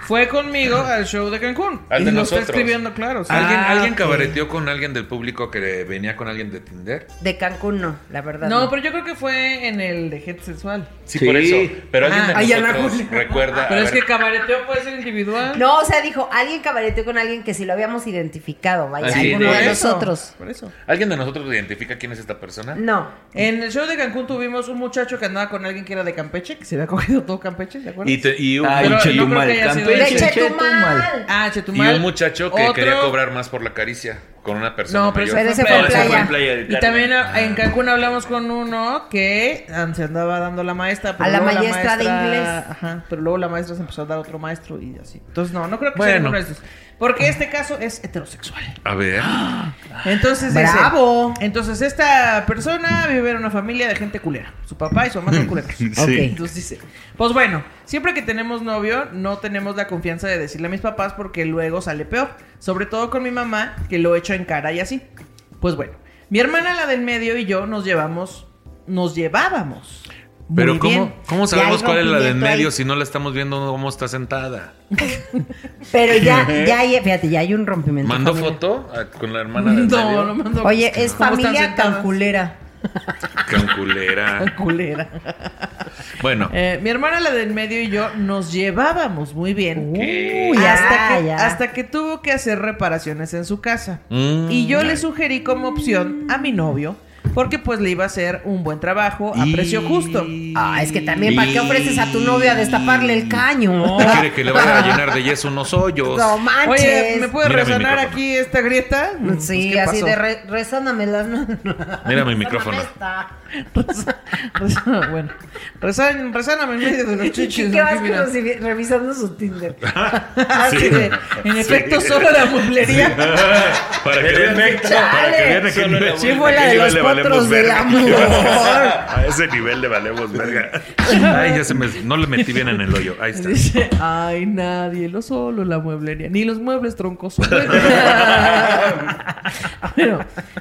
Speaker 1: Fue conmigo al show de Cancún.
Speaker 5: Al
Speaker 1: y
Speaker 5: de
Speaker 1: lo está
Speaker 5: nosotros.
Speaker 1: escribiendo, claro. sí.
Speaker 5: ¿Alguien,
Speaker 3: Ah,
Speaker 5: ¿alguien
Speaker 3: ok.
Speaker 5: cabareteó con alguien del público que venía con alguien de Tinder?
Speaker 3: De Cancún no, la verdad.
Speaker 1: No, pero yo creo que fue en el de Head Sensual.
Speaker 5: Sí,
Speaker 2: Sí.
Speaker 5: por eso. Pero alguien
Speaker 1: Ah,
Speaker 5: de
Speaker 3: ay, a la
Speaker 5: nosotros
Speaker 3: Julia.
Speaker 5: recuerda.
Speaker 1: Pero
Speaker 5: a
Speaker 1: es
Speaker 5: ver,
Speaker 1: que cabareteo puede ser individual.
Speaker 3: No, o sea, dijo, alguien cabareteó con alguien que si lo habíamos identificado, vaya,
Speaker 5: Así
Speaker 3: alguno
Speaker 5: es.
Speaker 3: de nosotros.
Speaker 1: Por eso.
Speaker 5: ¿Alguien de nosotros identifica quién es esta persona?
Speaker 3: No.
Speaker 1: En el show de Cancún tuvimos un muchacho que andaba con alguien que era de Campeche, que se había [laughs] cogido todo Campeche, ¿de acuerdo?
Speaker 5: Y, te- y un,
Speaker 2: Ay,
Speaker 1: Pero Ah, no creo
Speaker 2: Chetumal,
Speaker 1: que haya sido
Speaker 2: Campeche,
Speaker 1: él.
Speaker 3: De Chetumal.
Speaker 2: Chetumal.
Speaker 1: Ah,
Speaker 5: y
Speaker 1: Chetumal.
Speaker 5: un muchacho que
Speaker 1: Otro-
Speaker 5: quería cobrar más por la caricia con una persona
Speaker 1: No, pero
Speaker 5: mayor.
Speaker 3: Pero
Speaker 1: ese
Speaker 3: ese
Speaker 1: fue en
Speaker 3: fue en
Speaker 1: playa.
Speaker 3: playa.
Speaker 2: del
Speaker 1: Y
Speaker 2: Carmen.
Speaker 1: también a-
Speaker 5: Ah.
Speaker 1: en Cancún hablamos con uno que ah, se andaba dando la maestra. pero
Speaker 3: A la
Speaker 1: luego
Speaker 3: maestra de inglés.
Speaker 1: Ajá, pero luego la maestra se empezó a dar a otro maestro y así. Entonces, no, no creo que
Speaker 5: Bueno.
Speaker 1: sea ninguno de esos. Porque este caso es heterosexual.
Speaker 5: A ver.
Speaker 1: Entonces, dice,
Speaker 3: Bravo.
Speaker 1: entonces esta persona vive en una familia de gente culera. Su papá y su
Speaker 5: [laughs]
Speaker 1: mamá son culeros.
Speaker 3: Ok.
Speaker 1: Entonces dice, pues bueno, siempre que tenemos novio no tenemos la confianza de decirle a mis papás porque luego sale peor, sobre todo con mi mamá que lo echo en cara y así. Pues bueno, mi hermana la del medio y yo nos llevamos, nos llevábamos. muy bien.
Speaker 5: Pero ¿cómo, ¿cómo
Speaker 3: Ya hay
Speaker 5: sabemos cuál es la de en
Speaker 3: rompimiento
Speaker 5: medio
Speaker 3: ahí.
Speaker 5: si no la estamos viendo cómo está sentada?
Speaker 3: Pero ya, ya hay, fíjate, ya hay un rompimiento.
Speaker 5: ¿Mandó
Speaker 3: familiar.
Speaker 5: foto a- con la hermana del medio?
Speaker 1: [laughs] No, no mando.
Speaker 3: Oye, es
Speaker 1: ¿Cómo están
Speaker 3: familia
Speaker 1: sentadas?
Speaker 3: canculera.
Speaker 5: [laughs] Canculera.
Speaker 1: [laughs] Culera.
Speaker 5: Bueno,
Speaker 1: Eh, mi hermana, la del medio, y yo nos llevábamos muy bien.
Speaker 3: Uy,
Speaker 1: hasta,
Speaker 3: ya,
Speaker 1: que,
Speaker 3: Ah, ya.
Speaker 1: hasta que tuvo que hacer reparaciones en su casa.
Speaker 5: Mm.
Speaker 1: Y yo le sugerí como opción a mi novio, porque pues le iba a hacer un buen trabajo a precio justo.
Speaker 3: Ah, es que también, ¿para qué ofreces a tu novio a destaparle el caño?
Speaker 5: quiere que le vayan a llenar de yeso unos hoyos.
Speaker 3: No manches.
Speaker 1: Oye, ¿me puede
Speaker 5: Mira mi
Speaker 1: resonar
Speaker 5: micrófono.
Speaker 1: aquí esta grieta? Mm,
Speaker 3: Sí,
Speaker 1: pues, ¿qué
Speaker 3: así
Speaker 1: pasó? [laughs]
Speaker 3: de re, resóname las [laughs]
Speaker 5: Mira mi micrófono.
Speaker 1: Reza- bueno, rezan, rezáname en medio de los chichis.
Speaker 3: ¿Qué
Speaker 1: aquí,
Speaker 3: vas
Speaker 1: mira.
Speaker 3: como
Speaker 1: [laughs]
Speaker 3: si vi- revisando su Tinder?
Speaker 1: Así
Speaker 5: Sí.
Speaker 1: de, en
Speaker 5: Sí.
Speaker 1: efecto, solo la mublería.
Speaker 5: [laughs] para que vean para que
Speaker 3: Chale.
Speaker 5: vean a qué nivel-
Speaker 3: Sí, fue la
Speaker 5: a qué
Speaker 3: de
Speaker 5: nivel
Speaker 3: los
Speaker 5: le valemos
Speaker 3: potros del
Speaker 5: verga.
Speaker 3: amor.
Speaker 5: [laughs] A ese nivel le
Speaker 3: [laughs]
Speaker 5: valemos verga. Ay, ya se me no le metí bien en el hoyo. Ahí está.
Speaker 1: Dice, ay, nadie, lo solo la mueblería. Ni los muebles troncosos.
Speaker 5: [laughs]
Speaker 1: [laughs] bueno,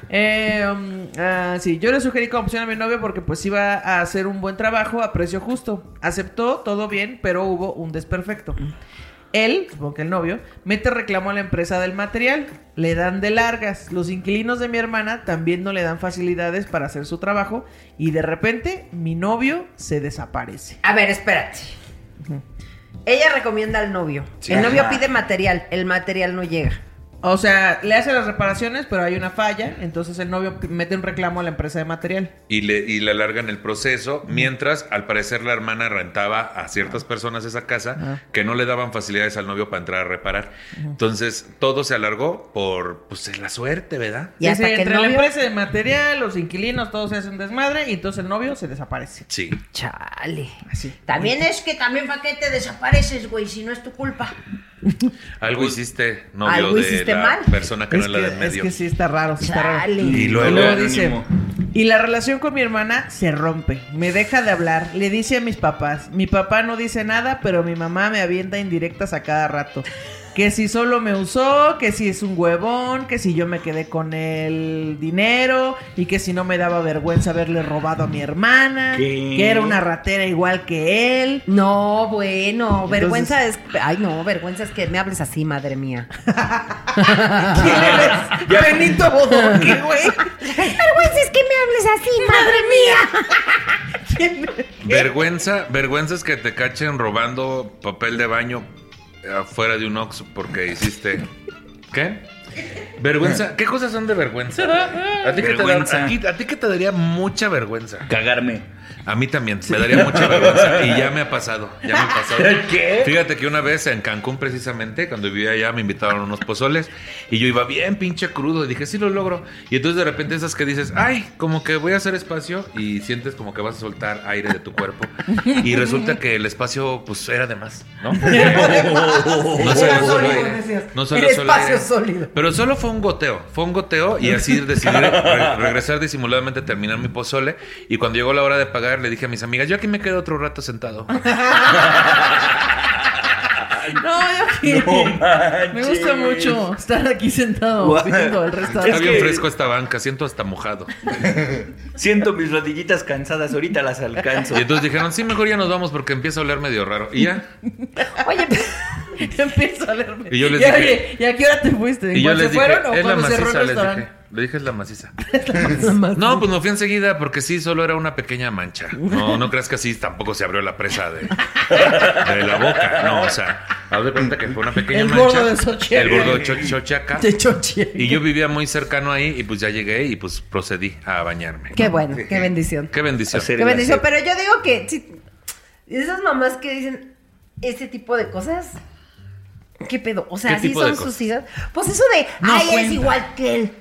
Speaker 1: eh, um, ah, sí, yo le sugerí como opción a mi novio porque pues iba a hacer un buen trabajo a precio justo. Aceptó, todo bien, pero hubo un desperfecto. Él, supongo que el novio, mete reclamo a la empresa del material. Le dan de largas. Los inquilinos de mi hermana también no le dan facilidades para hacer su trabajo. Y de repente, mi novio se desaparece.
Speaker 3: A ver, espérate. Ella recomienda al novio. el novio pide material, el material no llega.
Speaker 1: O sea, le hace las reparaciones, pero hay una falla, entonces el novio p- mete un reclamo a la empresa de material.
Speaker 5: Y le, y le alargan el proceso, mientras al parecer la hermana rentaba a ciertas personas esa casa que no le daban facilidades al novio para entrar a reparar. Entonces todo se alargó por pues, la suerte, ¿verdad?
Speaker 3: Y hasta
Speaker 1: Dice,
Speaker 3: que el
Speaker 1: entre la
Speaker 3: novio...
Speaker 1: empresa de material, los inquilinos, todos se hacen desmadre y entonces el novio se desaparece.
Speaker 5: Sí.
Speaker 3: Chale.
Speaker 1: Así.
Speaker 3: También es que también para qué te desapareces, güey, si no es tu culpa.
Speaker 5: Algo hiciste, novio
Speaker 3: Algo
Speaker 5: de
Speaker 3: hiciste
Speaker 5: la
Speaker 3: mal.
Speaker 5: persona Ah, que
Speaker 1: es,
Speaker 5: no es la
Speaker 1: que,
Speaker 5: del
Speaker 1: es
Speaker 5: medio.
Speaker 1: que sí está raro, sí está raro.
Speaker 3: Chale.
Speaker 5: Y
Speaker 1: Y
Speaker 5: luego,
Speaker 1: luego
Speaker 2: Anónimo.
Speaker 1: dice, y la relación con mi hermana se rompe, me deja de hablar, le dice a mis papás, mi papá no dice nada, pero mi mamá me avienta indirectas a cada rato, que si solo me usó, que si es un huevón, que si yo me quedé con el dinero y que si no me daba vergüenza haberle robado a mi hermana,
Speaker 2: ¿Qué?
Speaker 1: que era una ratera igual que él.
Speaker 3: No, bueno, vergüenza es... Ay, no, vergüenza es que me hables así, madre mía.
Speaker 1: ¿Quién eres?
Speaker 5: [laughs]
Speaker 1: Benito Bodoque, güey.
Speaker 3: vergüenza es que me hables así, madre mía.
Speaker 5: Vergüenza, vergüenza es que te cachen robando papel de baño eh, afuera de un Ox porque hiciste. ¿Qué? Vergüenza. ¿Qué cosas son de vergüenza? güey? ¿A ti, que te da-
Speaker 2: Vergüenza.
Speaker 5: a ti- a ti que te daría mucha vergüenza.
Speaker 2: Cagarme.
Speaker 5: A mí también, me daría mucha vergüenza. Y ya me ha pasado, ya me ha pasado.
Speaker 2: ¿Qué? [laughs]
Speaker 5: Fíjate que una vez en Cancún, precisamente, cuando vivía allá, me invitaron a unos pozoles y yo iba bien pinche crudo. Y dije, sí lo logro. Y entonces de repente esas que dices, ay, como que voy a hacer espacio y sientes como que vas a soltar aire de tu cuerpo. Y resulta que el espacio, pues, era de más, ¿no? No salió
Speaker 3: Era
Speaker 5: solo
Speaker 3: sólido,
Speaker 5: aire.
Speaker 3: decías.
Speaker 5: No salió
Speaker 3: Era
Speaker 5: solo
Speaker 3: espacio
Speaker 5: aire.
Speaker 3: sólido.
Speaker 5: Pero solo fue un goteo. Fue un goteo y así decidí re- regresar disimuladamente a terminar mi pozole. Y cuando llegó la hora de pagar, le dije a mis amigas, yo aquí me quedo otro rato sentado.
Speaker 1: No, yo aquí.
Speaker 2: No manches.
Speaker 1: me gusta mucho estar aquí sentado
Speaker 2: Guau.
Speaker 1: viendo el restaurante.
Speaker 5: [laughs] Está
Speaker 2: Es
Speaker 5: bien
Speaker 2: que-
Speaker 5: fresco esta banca, siento hasta mojado.
Speaker 2: Siento mis rodillitas cansadas, ahorita las
Speaker 1: [laughs]
Speaker 2: alcanzo.
Speaker 5: Y entonces dijeron, sí, mejor ya nos vamos porque empieza a oler medio raro. Y ya.
Speaker 3: Oye, pero-
Speaker 1: Ya empiezo a leerme.
Speaker 5: Y yo les
Speaker 1: Ya,
Speaker 5: dije-
Speaker 1: oye, ¿y a qué hora te fuiste?
Speaker 5: Y yo
Speaker 1: ¿Cuando
Speaker 5: les
Speaker 1: se
Speaker 5: dije,
Speaker 1: fueron o
Speaker 5: es la
Speaker 1: cuando cerró
Speaker 5: maciza,
Speaker 1: el
Speaker 5: les dije.
Speaker 1: restaurante?
Speaker 5: Le dije, es la
Speaker 1: [laughs]
Speaker 5: maciza. No, pues me fui enseguida porque sí, solo era una pequeña mancha. No, no creas que así tampoco se abrió la presa de, de la boca. No, o sea, Haz de cuenta que fue una pequeña
Speaker 1: El
Speaker 5: mancha.
Speaker 1: gordo de Xochiaca.
Speaker 5: El gordo de Cho- Xochiaca.
Speaker 1: De chochi.
Speaker 5: Y yo vivía muy cercano ahí y pues ya llegué y pues procedí a bañarme.
Speaker 3: Qué bueno, qué bendición.
Speaker 5: Qué bendición.
Speaker 2: Hacer-
Speaker 3: Qué bendición. Pero yo digo que sí, esas mamás que dicen ese tipo de cosas. ¿Qué pedo? O sea,
Speaker 5: ¿Qué
Speaker 3: así
Speaker 5: tipo de
Speaker 3: son
Speaker 5: cosas?
Speaker 3: suicidas. Pues eso de,
Speaker 1: No
Speaker 3: ay, eres
Speaker 1: cuenta.
Speaker 3: igual que él.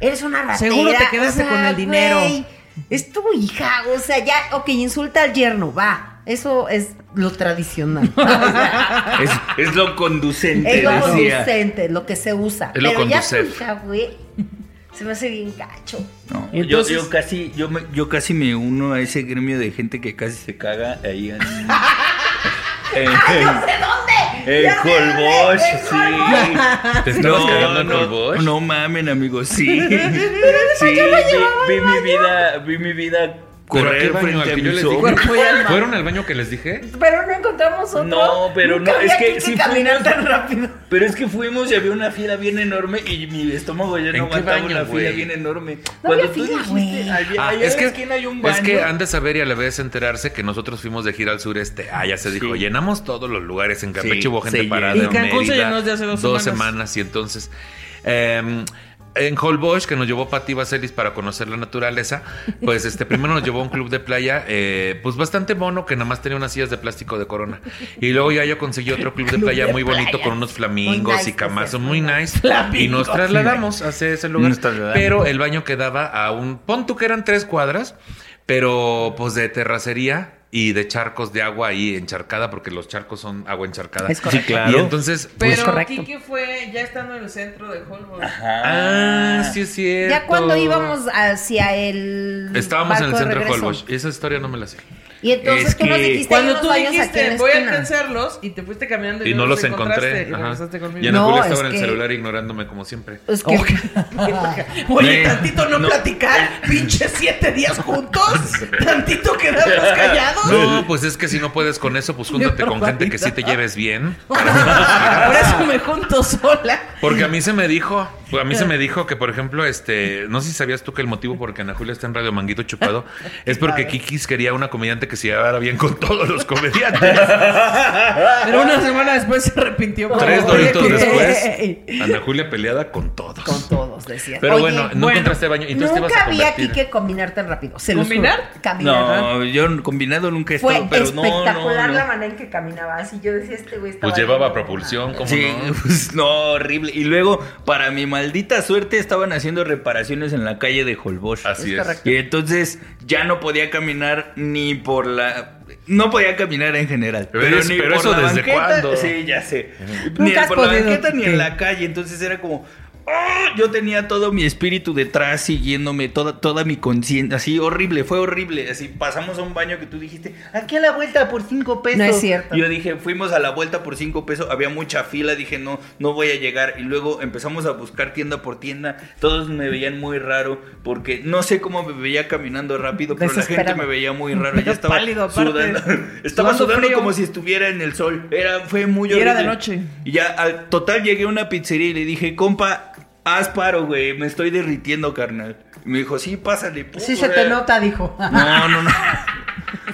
Speaker 3: Eres una ratera.
Speaker 1: Seguro te
Speaker 3: o
Speaker 1: quedaste
Speaker 3: sea,
Speaker 1: con el dinero.
Speaker 3: güey, Es tu hija, o sea, ya, ok, insulta al yerno, va. Eso es lo
Speaker 5: [laughs]
Speaker 3: tradicional. O sea,
Speaker 2: Es, es lo conducente,
Speaker 3: es lo
Speaker 2: decía.
Speaker 3: conducente, lo que se usa.
Speaker 5: Es lo
Speaker 3: Pero ya tu
Speaker 5: conducef.
Speaker 3: hija, güey, se me hace bien gacho.
Speaker 2: No,
Speaker 1: Y entonces-
Speaker 2: yo, yo casi, yo me, yo casi me uno a ese gremio de gente que casi se caga ahí en, [laughs] en,
Speaker 3: ¡Ay, [laughs] no sé dónde!
Speaker 2: en
Speaker 3: ¡Ya sé dónde!
Speaker 2: Colbosch,
Speaker 3: ¡En Colbosch!
Speaker 2: sí.
Speaker 5: ¿Te estabas cagando en Colbosch?
Speaker 2: no mamen, amigos,
Speaker 3: [laughs]
Speaker 2: sí. sí,
Speaker 3: yo lo llevaba
Speaker 2: vi, vi mi vida, vi mi vida
Speaker 5: ¿Pero a qué
Speaker 2: correr
Speaker 5: baño? ¿Al
Speaker 2: frente a
Speaker 5: que yo les
Speaker 2: mis
Speaker 5: dije?
Speaker 2: ojos.
Speaker 5: ¿Fueron al baño que les dije?
Speaker 3: Pero no encontramos otro.
Speaker 2: No, pero
Speaker 3: Nunca
Speaker 2: no,
Speaker 3: había
Speaker 2: es que
Speaker 3: aquí
Speaker 2: sí
Speaker 3: caminar
Speaker 2: fuimos.
Speaker 3: tan rápido.
Speaker 2: [laughs] Pero es que fuimos y había una fila bien enorme y mi estómago ya
Speaker 5: ¿En
Speaker 2: no
Speaker 5: qué
Speaker 2: aguantaba
Speaker 5: baño,
Speaker 2: una fila
Speaker 5: güey?
Speaker 2: bien enorme.
Speaker 3: había fila, güey.
Speaker 5: Ah,
Speaker 2: es que, hay un baño.
Speaker 5: es que han de saber y a la vez enterarse que nosotros fuimos de gira al sureste. Ah, ya se dijo,
Speaker 2: Sí.
Speaker 5: llenamos todos los lugares. En Campeche
Speaker 2: Sí,
Speaker 5: hubo gente
Speaker 2: se
Speaker 5: parada.
Speaker 2: llenó.
Speaker 5: en
Speaker 1: Y Cancún se
Speaker 5: Mérida,
Speaker 1: llenó desde hace dos semanas.
Speaker 5: y entonces... eh, en Holbox, que nos llevó Pati Vaselis para conocer la naturaleza, pues este primero nos llevó a un club de playa, eh, pues bastante mono, que nada más tenía unas sillas de plástico de corona. Y luego ya yo conseguí otro club de playa
Speaker 3: de
Speaker 5: muy bonito
Speaker 3: playa.
Speaker 5: con unos flamingos
Speaker 3: nice,
Speaker 5: y camazos,
Speaker 3: ese.
Speaker 5: muy nice. Y nos trasladamos hacia ese lugar.
Speaker 2: Nos trasladamos.
Speaker 5: Pero el baño quedaba a un. Pon tú que eran tres cuadras, pero pues de terracería y de charcos de agua ahí encharcada, porque los charcos son agua encharcada.
Speaker 3: Es correcto.
Speaker 2: Sí, claro.
Speaker 5: Y entonces. pues,
Speaker 1: Pero
Speaker 3: correcto.
Speaker 1: Kike fue ya estando en el centro de Hollywood.
Speaker 5: ah, sí es cierto.
Speaker 3: Ya cuando íbamos hacia el.
Speaker 5: Estábamos en el
Speaker 3: barco de
Speaker 5: centro de
Speaker 3: regreso.
Speaker 5: Holbox. Esa historia no me la sé.
Speaker 3: Y entonces
Speaker 2: Es
Speaker 3: tú nos
Speaker 2: que-
Speaker 3: dijiste. hay
Speaker 1: Cuando
Speaker 3: unos
Speaker 1: tú
Speaker 3: baños aquí en
Speaker 1: dijiste,
Speaker 3: la
Speaker 1: voy a
Speaker 3: esquina".
Speaker 1: alcanzarlos y te fuiste caminando y,
Speaker 5: Y no los encontré.
Speaker 1: encontraste, Y
Speaker 5: ajá.
Speaker 1: regresaste conmigo.
Speaker 5: Y Ana
Speaker 3: No,
Speaker 5: Julia
Speaker 3: es
Speaker 5: estaba en
Speaker 3: que-
Speaker 5: el celular ignorándome como siempre.
Speaker 3: Es que.
Speaker 1: [laughs] [laughs] Oye,
Speaker 2: Eh,
Speaker 1: tantito no,
Speaker 2: no.
Speaker 5: [laughs]
Speaker 1: platicar, pinche siete días juntos, tantito
Speaker 5: [laughs]
Speaker 1: quedarnos callados.
Speaker 5: No, pues es que si no puedes con eso, pues júntate con gente que sí te lleves bien.
Speaker 1: [laughs] Por eso me junto sola.
Speaker 5: Porque a mí se me dijo, a mí se me dijo que, por ejemplo, este, no sé si sabías tú que el motivo por el que Ana Julia está en Radio Manguito Chupado es porque Kikis quería una comediante que se llevara bien con todos los comediantes.
Speaker 1: Pero una semana después se arrepintió. como,
Speaker 5: Tres
Speaker 1: "Oye,
Speaker 5: doritos
Speaker 1: ¿qué
Speaker 5: después,
Speaker 3: Ey.
Speaker 5: Ana Julia peleada con todos.
Speaker 3: Con todos, decía.
Speaker 5: Pero
Speaker 3: Oye,
Speaker 5: bueno, no encontraste baño. Y tú te ibas
Speaker 3: Nunca
Speaker 5: a
Speaker 3: vi a
Speaker 5: convertir.
Speaker 3: Kike combinar tan rápido. Se los juro.
Speaker 1: ¿Combinar?
Speaker 3: Caminar.
Speaker 2: No, yo combinado nunca he
Speaker 3: Fue
Speaker 2: estado, pero no, no,
Speaker 3: espectacular
Speaker 2: no.
Speaker 3: la manera en que caminaba. Así yo decía, este güey estaba.
Speaker 5: Pues llevaba
Speaker 3: bien".
Speaker 5: propulsión, como
Speaker 2: Sí,
Speaker 5: no.
Speaker 2: [laughs] pues no, horrible. Y luego, para mi maldita suerte, estaban haciendo reparaciones en la calle de Holbox.
Speaker 5: Así
Speaker 3: Es
Speaker 5: es.
Speaker 3: correcto.
Speaker 2: Y entonces ya no podía caminar ni por la... No podía caminar en general.
Speaker 5: Pero es-
Speaker 2: ni
Speaker 5: pero
Speaker 2: por
Speaker 5: eso
Speaker 2: la
Speaker 5: ¿desde
Speaker 2: banqueta-
Speaker 5: cuándo?
Speaker 2: Sí, ya sé. Ni
Speaker 3: Nunca has
Speaker 2: por la
Speaker 3: podido,
Speaker 2: banqueta ni
Speaker 3: sí.
Speaker 2: en la calle. Entonces era como... ¡ah! Yo tenía todo mi espíritu detrás siguiéndome, toda, toda mi conciencia, así horrible, fue horrible. Así pasamos a un baño que tú dijiste, aquí a la vuelta por cinco pesos.
Speaker 3: No es cierto.
Speaker 2: Yo dije, fuimos a la vuelta por cinco pesos, había mucha fila, dije, no, no voy a llegar. Y luego empezamos a buscar tienda por tienda, todos me veían muy raro, porque no sé cómo me veía caminando rápido, pero la gente
Speaker 3: Desesperado.
Speaker 2: me veía muy raro.
Speaker 1: [laughs]
Speaker 2: Ya estaba
Speaker 1: Pálido, aparte.
Speaker 2: sudando, [laughs] estaba
Speaker 1: Sudando
Speaker 2: sudando
Speaker 1: frío.
Speaker 2: como si estuviera en el sol. Era, fue
Speaker 1: [laughs]
Speaker 2: muy
Speaker 1: Y era de
Speaker 2: horrible.
Speaker 1: noche.
Speaker 2: Y ya, al total, llegué a una pizzería y le dije, compa, haz paro, güey, me estoy derritiendo, carnal. Y me dijo, sí, pásale. pum,
Speaker 3: Sí, se
Speaker 2: güey".
Speaker 3: te nota, dijo.
Speaker 2: No,
Speaker 3: [laughs]
Speaker 2: no, no.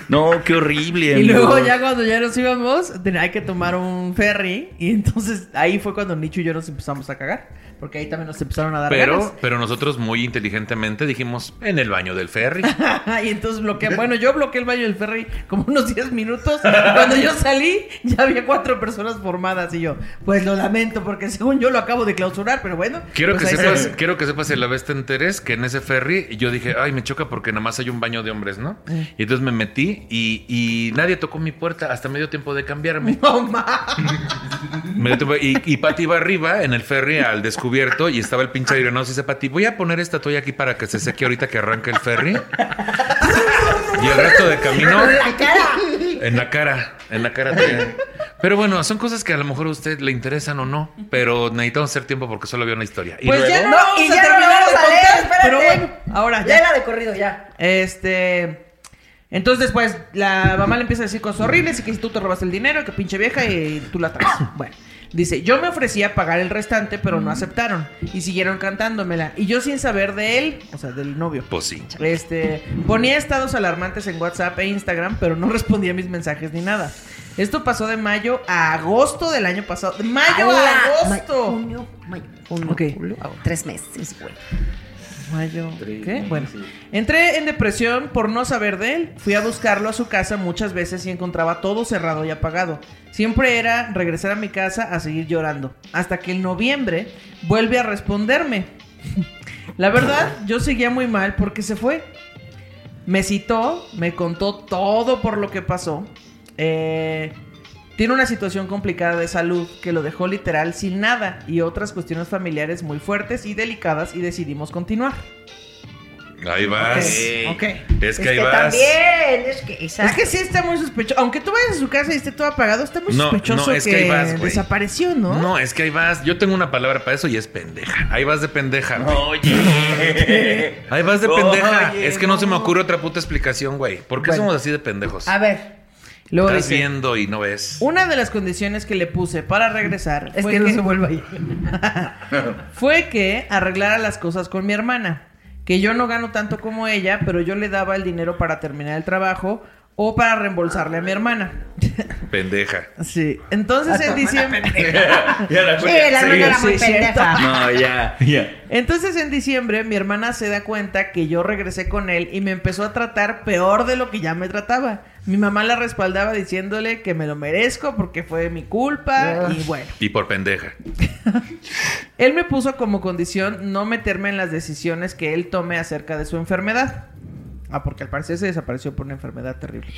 Speaker 2: No, qué horrible.
Speaker 1: Y luego
Speaker 2: amigo.
Speaker 1: ya cuando ya nos íbamos, ten- hay que tomar un ferry. Y entonces ahí fue cuando Nicho y yo nos empezamos a cagar. Porque ahí también nos empezaron a dar ganas. [laughs]
Speaker 5: Pero, pero nosotros muy inteligentemente dijimos en el baño del ferry.
Speaker 1: y entonces bloqueé. Bueno, yo bloqueé el baño del ferry como unos 10 minutos. Cuando yo salí, ya había cuatro personas formadas. Y yo, pues lo lamento, porque según yo lo acabo de clausurar, pero bueno.
Speaker 5: Quiero
Speaker 1: pues
Speaker 5: que
Speaker 1: ahí
Speaker 5: sepas,
Speaker 1: está.
Speaker 5: quiero que sepas si a la vez te enteres que en ese ferry yo dije, ay, me choca porque nada más hay un baño de hombres, ¿no? Y entonces me metí y, y nadie tocó mi puerta hasta medio tiempo de cambiarme.
Speaker 1: No ma.
Speaker 5: Medio tiempo- y, y Pati iba arriba en el ferry al descubierto y estaba el pinche aire. No, dice Pati, voy a poner esta toalla aquí para que se seque ahorita que arranque el ferry. y el resto de camino. En la cara, en la cara. tenía. Pero bueno, son cosas que a lo mejor a usted le interesan o no, pero necesitamos hacer tiempo porque solo había una historia. Y
Speaker 1: Pues
Speaker 5: luego-
Speaker 1: ya no,
Speaker 3: No,
Speaker 1: vamos
Speaker 3: y
Speaker 1: a
Speaker 3: ya no
Speaker 1: terminar
Speaker 3: lo
Speaker 1: de
Speaker 3: vamos a leer,
Speaker 1: contar,
Speaker 3: espérate.
Speaker 1: Pero bueno, ahora ya.
Speaker 3: era de corrido, Ah, ya.
Speaker 1: Este. Entonces, pues, la mamá le empieza a decir cosas horribles y que si tú te robas el dinero, que pinche vieja y tú la
Speaker 3: [coughs]
Speaker 1: traes. Bueno, dice, yo me ofrecí a pagar el restante, pero
Speaker 3: Mm.
Speaker 1: no aceptaron. Y siguieron cantándomela. Y yo sin saber de él, o sea, del novio.
Speaker 5: Pues sí.
Speaker 1: [laughs] Este, ponía estados alarmantes en WhatsApp e Instagram, pero no respondía a mis mensajes ni nada. Esto pasó de mayo a agosto del año pasado. ¡De mayo
Speaker 3: Ahora,
Speaker 1: a agosto!
Speaker 3: ma- Junio, mayo, junio,
Speaker 1: Ok.
Speaker 3: julio, agosto. Tres meses, güey.
Speaker 1: Mayo.
Speaker 2: Tres
Speaker 1: ¿Qué?
Speaker 2: meses.
Speaker 1: Bueno. Entré en depresión por no saber de él. Fui a buscarlo a su casa muchas veces y encontraba todo cerrado y apagado. Siempre era regresar a mi casa a seguir llorando. Hasta que en noviembre vuelve a responderme. [laughs] La verdad, yo seguía muy mal porque se fue. Me citó, me contó todo por lo que pasó. Eh, tiene una situación complicada de salud que lo dejó literal sin nada y otras cuestiones familiares muy fuertes y delicadas y decidimos continuar.
Speaker 5: Ahí vas.
Speaker 1: Ok.
Speaker 5: Es que ahí vas.
Speaker 3: también, es que,
Speaker 1: Es
Speaker 3: exacto.
Speaker 1: que sí está muy sospechoso. Aunque tú vayas a su casa y esté todo apagado, está muy
Speaker 5: No,
Speaker 1: sospechoso
Speaker 5: no, es
Speaker 1: que,
Speaker 5: que ahí vas, güey.
Speaker 1: desapareció, ¿no?
Speaker 5: ¿No? es que ahí vas. Yo tengo una palabra para eso y es pendeja. Ahí vas de pendeja. güey.
Speaker 2: Oye.
Speaker 5: [laughs] Ahí vas de
Speaker 2: Oye,
Speaker 5: pendeja. es que no, se me
Speaker 2: no.
Speaker 5: ocurre otra puta explicación, güey. ¿Por qué
Speaker 1: Bueno.
Speaker 5: somos así de pendejos?
Speaker 3: A ver,
Speaker 1: Luego
Speaker 5: Estás
Speaker 1: dice,
Speaker 5: viendo y no ves.
Speaker 1: Una de las condiciones que le puse para regresar
Speaker 3: es
Speaker 1: fue
Speaker 3: que no
Speaker 1: que-
Speaker 3: se vuelva ahí.
Speaker 1: [laughs] fue que arreglara las cosas con mi hermana. Que yo no gano tanto como ella, pero yo le daba el dinero para terminar el trabajo o para reembolsarle a mi hermana.
Speaker 5: Pendeja.
Speaker 1: Sí. Entonces en diciembre.
Speaker 2: Ya la
Speaker 3: Sí, la
Speaker 2: sí.
Speaker 3: hermana era muy
Speaker 1: sí, sí,
Speaker 3: pendeja.
Speaker 2: No,
Speaker 3: [laughs]
Speaker 2: ya. Ya.
Speaker 1: Entonces en diciembre mi hermana se da cuenta que yo regresé con él y me empezó a tratar peor de lo que ya me trataba. Mi mamá la respaldaba diciéndole que me lo merezco porque fue mi culpa y bueno.
Speaker 5: Y por pendeja.
Speaker 1: Él me puso como condición no meterme en las decisiones que él tome acerca de su enfermedad. Ah, porque al parecer se desapareció por una enfermedad terrible.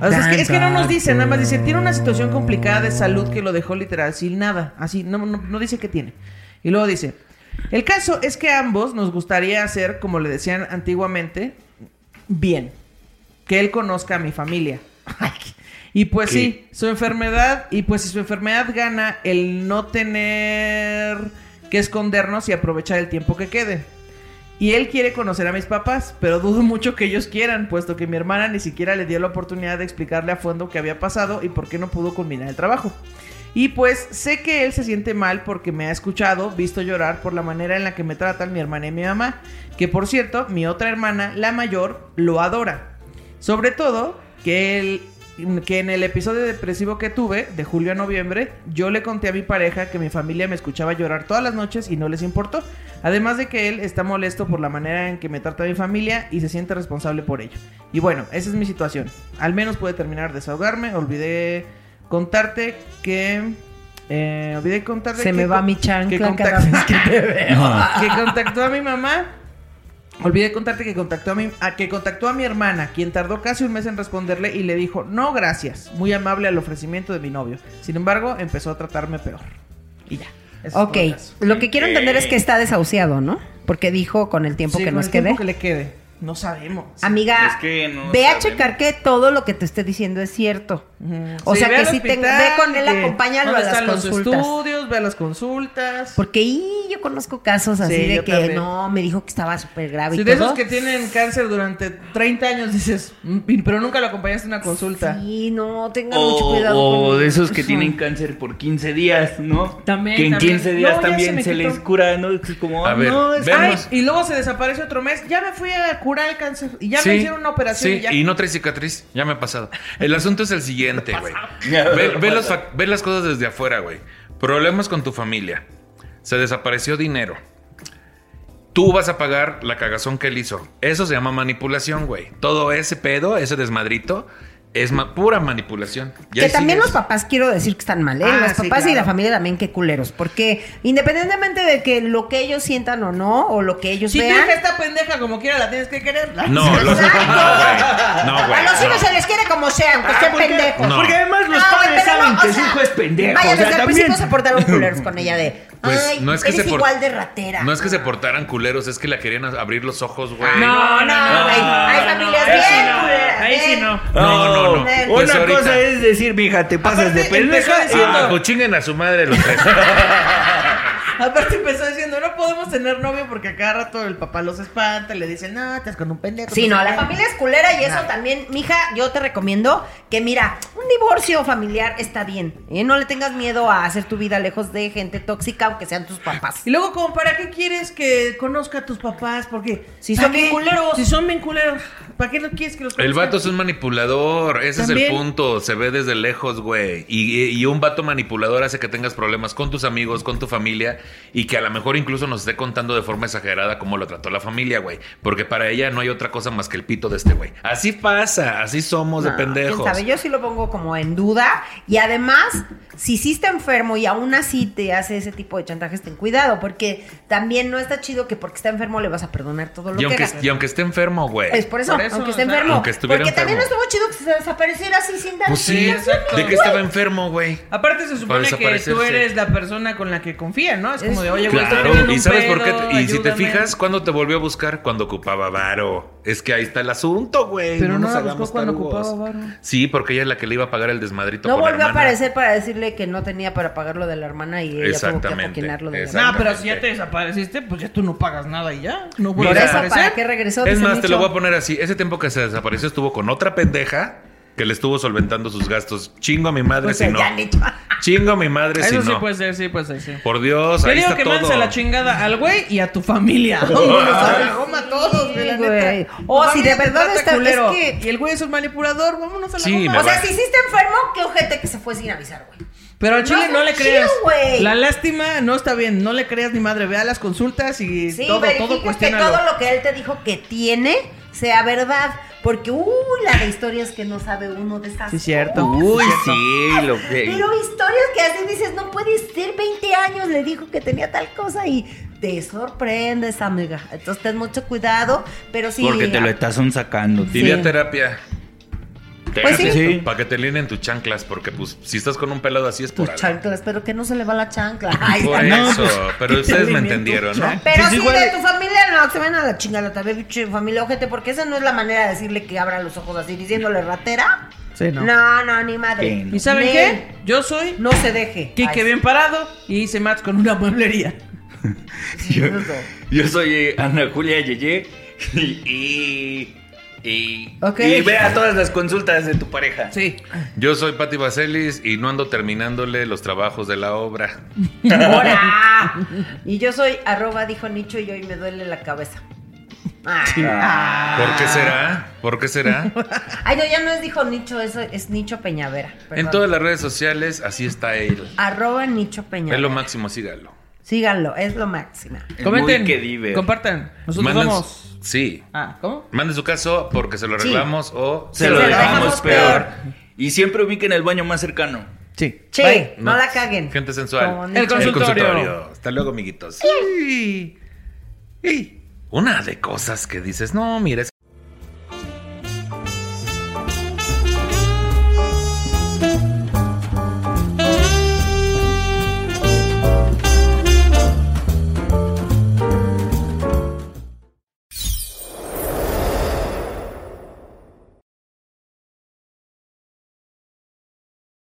Speaker 1: O sea, es, que, es que no nos dice, nada más dice, tiene una situación complicada de salud que lo dejó literal sin nada. Así, no, no, no dice qué tiene. Y luego dice, el caso es que a ambos nos gustaría hacer, como le decían antiguamente, bien. Que él conozca a mi familia. [laughs] Y pues sí, su enfermedad, y pues si su enfermedad gana el no tener que escondernos y aprovechar el tiempo que quede. Y él quiere conocer a mis papás, pero dudo [laughs] mucho que ellos quieran, puesto que mi hermana ni siquiera le dio la oportunidad de explicarle a fondo qué había pasado y por qué no pudo culminar el trabajo. Y pues sé que él se siente mal porque me ha escuchado, visto llorar por la manera en la que me tratan mi hermana y mi mamá, que por cierto, mi otra hermana, la mayor, lo adora. Sobre todo que él que en el episodio depresivo que tuve, de julio a noviembre, yo le conté a mi pareja que mi familia me escuchaba llorar todas las noches y no les importó. Además de que él está molesto por la manera en que me trata mi familia y se siente responsable por ello. Y bueno, esa es mi situación. Al menos pude terminar de desahogarme. Olvidé contarte que... eh, olvidé contarte
Speaker 3: Se
Speaker 1: que
Speaker 3: me va
Speaker 1: con-
Speaker 3: mi
Speaker 1: que
Speaker 3: chancla cada
Speaker 1: contacté-
Speaker 3: vez
Speaker 1: [laughs]
Speaker 3: que te veo.
Speaker 1: que contactó a mi mamá. Olvidé contarte que contactó a mi a que contactó a mi hermana, quien tardó casi un mes en responderle y le dijo no gracias, muy amable al ofrecimiento de mi novio. Sin embargo, empezó a tratarme peor. Y ya. Ese es todo
Speaker 3: Ok,
Speaker 1: el caso.
Speaker 3: lo que quiero entender es que está desahuciado, ¿no? Porque dijo con el tiempo
Speaker 1: Sí,
Speaker 3: que
Speaker 1: con
Speaker 3: nos
Speaker 1: el tiempo
Speaker 3: quede.
Speaker 1: que le quede. No sabemos.
Speaker 3: Amiga,
Speaker 2: Es que no
Speaker 3: ve a
Speaker 2: sabemos.
Speaker 3: checar que todo lo que te esté diciendo es cierto.
Speaker 1: Ujú.
Speaker 3: O
Speaker 1: Sí,
Speaker 3: sea,
Speaker 1: ve
Speaker 3: que
Speaker 1: al
Speaker 3: si te,
Speaker 1: hospital,
Speaker 3: ve con él,
Speaker 1: que-
Speaker 3: acompáñalo a
Speaker 1: ¿dónde
Speaker 3: las
Speaker 1: están
Speaker 3: consultas.
Speaker 1: los estudios, ve a las consultas.
Speaker 3: Porque ahí yo conozco casos así
Speaker 1: Sí,
Speaker 3: de
Speaker 1: yo
Speaker 3: que
Speaker 1: también.
Speaker 3: no, me dijo que estaba súper grave.
Speaker 1: Si
Speaker 3: y
Speaker 1: de
Speaker 3: todo.
Speaker 1: esos que tienen cáncer durante 30 años dices, "Mm, pero nunca lo acompañaste a una consulta.
Speaker 3: Sí, no, tengan mucho
Speaker 2: O,
Speaker 3: cuidado.
Speaker 2: o
Speaker 3: con-
Speaker 2: de esos que
Speaker 3: Ujú. [laughs]
Speaker 2: tienen cáncer por 15 días, ¿no?
Speaker 1: También,
Speaker 2: Que en
Speaker 1: también.
Speaker 2: 15 días
Speaker 1: No, ya
Speaker 2: también
Speaker 1: se me
Speaker 2: se,
Speaker 1: quitó.
Speaker 2: les cura, ¿no? Es como, "Ah,
Speaker 5: A ver,
Speaker 2: no, es-
Speaker 5: vemos.
Speaker 1: Ay, y luego se desaparece otro mes. Ya me fui a curar el cáncer. Y ya
Speaker 5: Sí,
Speaker 1: me hicieron una operación.
Speaker 5: sí,
Speaker 1: y ya.
Speaker 5: no trae cicatriz. Ya me ha pasado. El asunto es el siguiente, güey.
Speaker 1: [laughs]
Speaker 2: Ya me
Speaker 5: Ve,
Speaker 2: ha
Speaker 5: ve los
Speaker 2: pasado.
Speaker 5: fac- ve las cosas desde afuera, güey. Problemas con tu familia. Se desapareció dinero. Tú vas a pagar la cagazón que él hizo. Eso se llama manipulación, güey. Todo ese pedo, ese desmadrito, es ma- pura manipulación.
Speaker 3: Que
Speaker 5: Y ahí
Speaker 3: también
Speaker 5: sigues.
Speaker 3: los papás quiero decir que están mal, ¿eh?
Speaker 1: Ah,
Speaker 3: los
Speaker 1: sí,
Speaker 3: papás y
Speaker 1: claro.
Speaker 3: la familia también qué culeros, porque independientemente de que lo que ellos sientan o no, o lo que ellos
Speaker 1: Si tu
Speaker 3: Pues vean,
Speaker 1: hija está pendeja como quiera, la tienes que querer.
Speaker 5: No, los... no, güey. No, güey.
Speaker 3: a los hijos
Speaker 5: no.
Speaker 3: se les quiere como sean, que
Speaker 2: Ah,
Speaker 3: estén
Speaker 2: porque-
Speaker 3: pendejos.
Speaker 5: No.
Speaker 2: Porque además los
Speaker 3: No, güey,
Speaker 2: padres
Speaker 3: pero
Speaker 2: saben
Speaker 3: no, o
Speaker 2: que su
Speaker 3: sea,
Speaker 2: hijo es pendejo.
Speaker 3: Vaya,
Speaker 2: o sea,
Speaker 3: desde el
Speaker 2: también.
Speaker 3: principio
Speaker 2: [laughs]
Speaker 3: se portaron culeros con ella de,
Speaker 5: Pues,
Speaker 3: ay,
Speaker 5: no es que
Speaker 3: eres
Speaker 5: se por-
Speaker 3: igual de ratera.
Speaker 5: No es que se portaran culeros, es que la querían a- abrir los ojos, güey. Ah,
Speaker 3: No, no, güey. Hay
Speaker 2: no,
Speaker 3: familias
Speaker 2: no, ahí sí
Speaker 3: bien
Speaker 2: no,
Speaker 3: culeras.
Speaker 4: ahí sí
Speaker 3: bien.
Speaker 4: no.
Speaker 5: No, no, no.
Speaker 3: Una
Speaker 5: Pues
Speaker 2: Una
Speaker 5: ahorita-
Speaker 2: cosa es decir, mija, te pasas
Speaker 1: Aparte,
Speaker 2: de pendeja.
Speaker 1: empezó diciendo-
Speaker 5: Ah, pues chinguen a su madre los tres.
Speaker 1: [laughs] Aparte empezó diciendo, no podemos tener novio porque a cada rato el papá los espanta, le dice, no, estás con un pendejo.
Speaker 3: Sí,
Speaker 1: no
Speaker 3: no,
Speaker 1: sé
Speaker 3: la
Speaker 1: qué".
Speaker 3: familia es culera y eso
Speaker 1: Nada.
Speaker 3: también, mija, yo te recomiendo que mira, un divorcio familiar está bien. ¿eh? No le tengas miedo a hacer tu vida lejos de gente tóxica o que sean tus papás.
Speaker 1: Y luego, como, ¿para qué quieres que conozca a tus papás? Porque
Speaker 3: Si
Speaker 1: ¿pa'
Speaker 3: son
Speaker 1: qué?
Speaker 3: bien culeros.
Speaker 1: Si son bien culeros, ¿para qué no quieres que los
Speaker 5: El
Speaker 1: conozcan?
Speaker 5: vato es un manipulador, ese es el
Speaker 1: También.
Speaker 5: punto, se ve desde lejos, güey. Y, y un vato manipulador hace que tengas problemas con tus amigos, con tu familia, y que a lo mejor incluso nos esté contando de forma exagerada cómo lo trató la familia, güey. Porque para ella no hay otra cosa más que el pito de este güey. Así pasa, así somos de
Speaker 3: No,
Speaker 5: pendejos.
Speaker 3: ¿Quién sabe? Yo sí lo pongo como en duda. Y además, si sí está enfermo y aún así te hace ese tipo de chantajes, ten cuidado, porque también no está chido que porque está enfermo le vas a perdonar todo lo
Speaker 5: Y
Speaker 3: que
Speaker 5: aunque,
Speaker 3: haga.
Speaker 5: y aunque esté enfermo, güey.
Speaker 3: Es por eso,
Speaker 1: Por eso,
Speaker 3: aunque esté
Speaker 1: o sea,
Speaker 3: enfermo.
Speaker 5: aunque estuviera
Speaker 3: porque también no
Speaker 5: enfermo.
Speaker 3: estuvo chido que se desapareciera así sin dar
Speaker 5: Pues sí,
Speaker 3: sin dar-
Speaker 1: exacto.
Speaker 5: ¿de qué estaba enfermo, güey?
Speaker 1: Aparte se supone que tú
Speaker 5: desaparecerse.
Speaker 1: eres la persona con la que confía, ¿no? Es como de, oye, güey, estoy
Speaker 5: Claro,
Speaker 1: teniendo
Speaker 5: y
Speaker 1: un
Speaker 5: sabes por qué.
Speaker 1: pedo,
Speaker 5: Y si te
Speaker 1: ayúdame.
Speaker 5: fijas, ¿cuándo te volvió a buscar? Cuando ocupaba varo. Es que ahí está el asunto, güey.
Speaker 1: Pero no
Speaker 5: nos
Speaker 1: la
Speaker 5: hagamos
Speaker 1: buscó cuando
Speaker 5: tarugos.
Speaker 1: ocupaba varo.
Speaker 5: Sí, porque ella es la que le iba a pagar el desmadrito.
Speaker 3: No
Speaker 5: con la
Speaker 3: volvió a
Speaker 5: hermana.
Speaker 3: aparecer para decirle que no tenía para pagar lo de la hermana y ella tuvo que
Speaker 5: Exactamente,
Speaker 3: apoquinarlo de la
Speaker 5: exacto.
Speaker 1: No, pero si ya te desapareciste, pues ya tú no pagas nada y ya. No
Speaker 3: hermana. Por
Speaker 1: vuelves
Speaker 5: Mira.
Speaker 1: a
Speaker 3: eso, ¿para qué
Speaker 1: aparecer.
Speaker 3: regresó?
Speaker 5: Es
Speaker 3: Dice
Speaker 5: más, te lo
Speaker 3: Micho.
Speaker 5: voy a poner así. Ese tiempo que se desapareció estuvo con otra pendeja que le estuvo solventando sus gastos. Chingo a mi madre
Speaker 3: Pues
Speaker 5: si no.
Speaker 3: ya, [laughs] Nicho.
Speaker 5: Chingo a mi madre si
Speaker 1: Eso sí
Speaker 5: no.
Speaker 1: puede ser, sí puede ser, sí.
Speaker 5: Por Dios,
Speaker 1: Te
Speaker 5: ahí
Speaker 1: digo
Speaker 5: está
Speaker 1: que
Speaker 5: todo.
Speaker 1: mandes a la chingada al güey y a tu
Speaker 5: [laughs]
Speaker 1: familia. Vámonos a la goma todos, güey, Oh, la
Speaker 3: Sí, güey.
Speaker 1: neta.
Speaker 3: O
Speaker 1: Tu
Speaker 3: si de
Speaker 1: familia te
Speaker 3: verdad
Speaker 1: trata
Speaker 3: está- es
Speaker 1: culero.
Speaker 3: que-
Speaker 1: Y el güey es un manipulador, vámonos a la
Speaker 5: Sí,
Speaker 1: goma.
Speaker 5: me
Speaker 3: O sea,
Speaker 5: va.
Speaker 3: si hiciste enfermo, qué ojete que se fue sin avisar, güey.
Speaker 1: Pero al
Speaker 3: No
Speaker 1: chile
Speaker 3: es
Speaker 1: no, le
Speaker 3: chido,
Speaker 1: creas.
Speaker 3: güey.
Speaker 1: La lástima no está bien. No le creas ni madre. Vea las consultas y
Speaker 3: Sí,
Speaker 1: todo,
Speaker 3: verifica
Speaker 1: todo
Speaker 3: que
Speaker 1: cuestiónalo.
Speaker 3: todo lo que él te dijo que tiene sea verdad. Porque, uy, la de historias que no sabe uno de esas.
Speaker 1: Sí, cierto.
Speaker 2: Uy, sí, lo que.
Speaker 3: Pero historias que así dices, no puede ser, 20 años le dijo que tenía tal cosa y te sorprendes, amiga. Entonces ten mucho cuidado, pero sí.
Speaker 2: Porque te lo estás sacando,
Speaker 5: Y
Speaker 2: tío.
Speaker 5: ve a
Speaker 3: Sí.
Speaker 5: terapia.
Speaker 3: Pues sí.
Speaker 2: Sí.
Speaker 5: Para que te lineen tus chanclas, porque pues si estás con un pelado así es por
Speaker 3: Tus
Speaker 5: algo.
Speaker 3: chanclas, pero que no se le va la
Speaker 5: [laughs]
Speaker 3: chancla. Ay,
Speaker 5: Por
Speaker 3: no. pues,
Speaker 5: eso, pero ustedes me entendieron, ¿no?
Speaker 3: Pero
Speaker 2: Pues
Speaker 3: sí,
Speaker 2: igual-
Speaker 3: de tu familia no, que se ven a la chingada también, pinche familia ojete, porque esa no es la manera de decirle que abra los ojos así, diciéndole ratera.
Speaker 1: Sí, no.
Speaker 3: No, no, ni madre.
Speaker 2: Sí, no.
Speaker 1: ¿Y saben
Speaker 3: Nel,
Speaker 1: qué? Yo soy
Speaker 3: No se deje.
Speaker 1: Kike
Speaker 3: Ay,
Speaker 1: bien parado y hice match con una mueblería.
Speaker 2: Yo,
Speaker 1: [laughs]
Speaker 3: Rudo.
Speaker 2: yo soy eh, Ana Julia Yeye y. y... Y,
Speaker 3: Ok.
Speaker 2: y ve a todas las consultas de tu pareja.
Speaker 1: Sí.
Speaker 5: Yo soy Pati Baselis y no ando terminándole los trabajos de la obra.
Speaker 3: ¡Hora! Y yo soy arroba, dijo Nicho, y hoy me duele la cabeza. Ay,
Speaker 5: ¿Por
Speaker 3: Ah.
Speaker 5: qué será? ¿Por qué será?
Speaker 3: Ay, no, ya no es dijo Nicho, es, es Nicho Peñavera. perdón.
Speaker 5: En todas las redes sociales, así está él.
Speaker 3: Arroba Nicho Peñavera.
Speaker 5: Es lo máximo, sígalo.
Speaker 3: Síganlo, es lo máximo.
Speaker 2: Es
Speaker 1: Comenten.
Speaker 2: muy que diver.
Speaker 1: Compartan. Nosotros
Speaker 5: Manden-
Speaker 1: somos.
Speaker 5: Sí.
Speaker 1: Ah, ¿cómo?
Speaker 5: Manden su caso porque se lo
Speaker 3: Sí.
Speaker 5: arreglamos o
Speaker 2: Se lo dejamos peor. Y siempre ubiquen el baño más cercano.
Speaker 1: Sí.
Speaker 3: Che,
Speaker 1: Bye.
Speaker 3: no, la caguen.
Speaker 5: Gente sensual.
Speaker 3: Como
Speaker 1: El
Speaker 3: Nicho.
Speaker 1: consultorio.
Speaker 5: Hasta luego, amiguitos. Y- y Una de cosas que dices, no, mira, es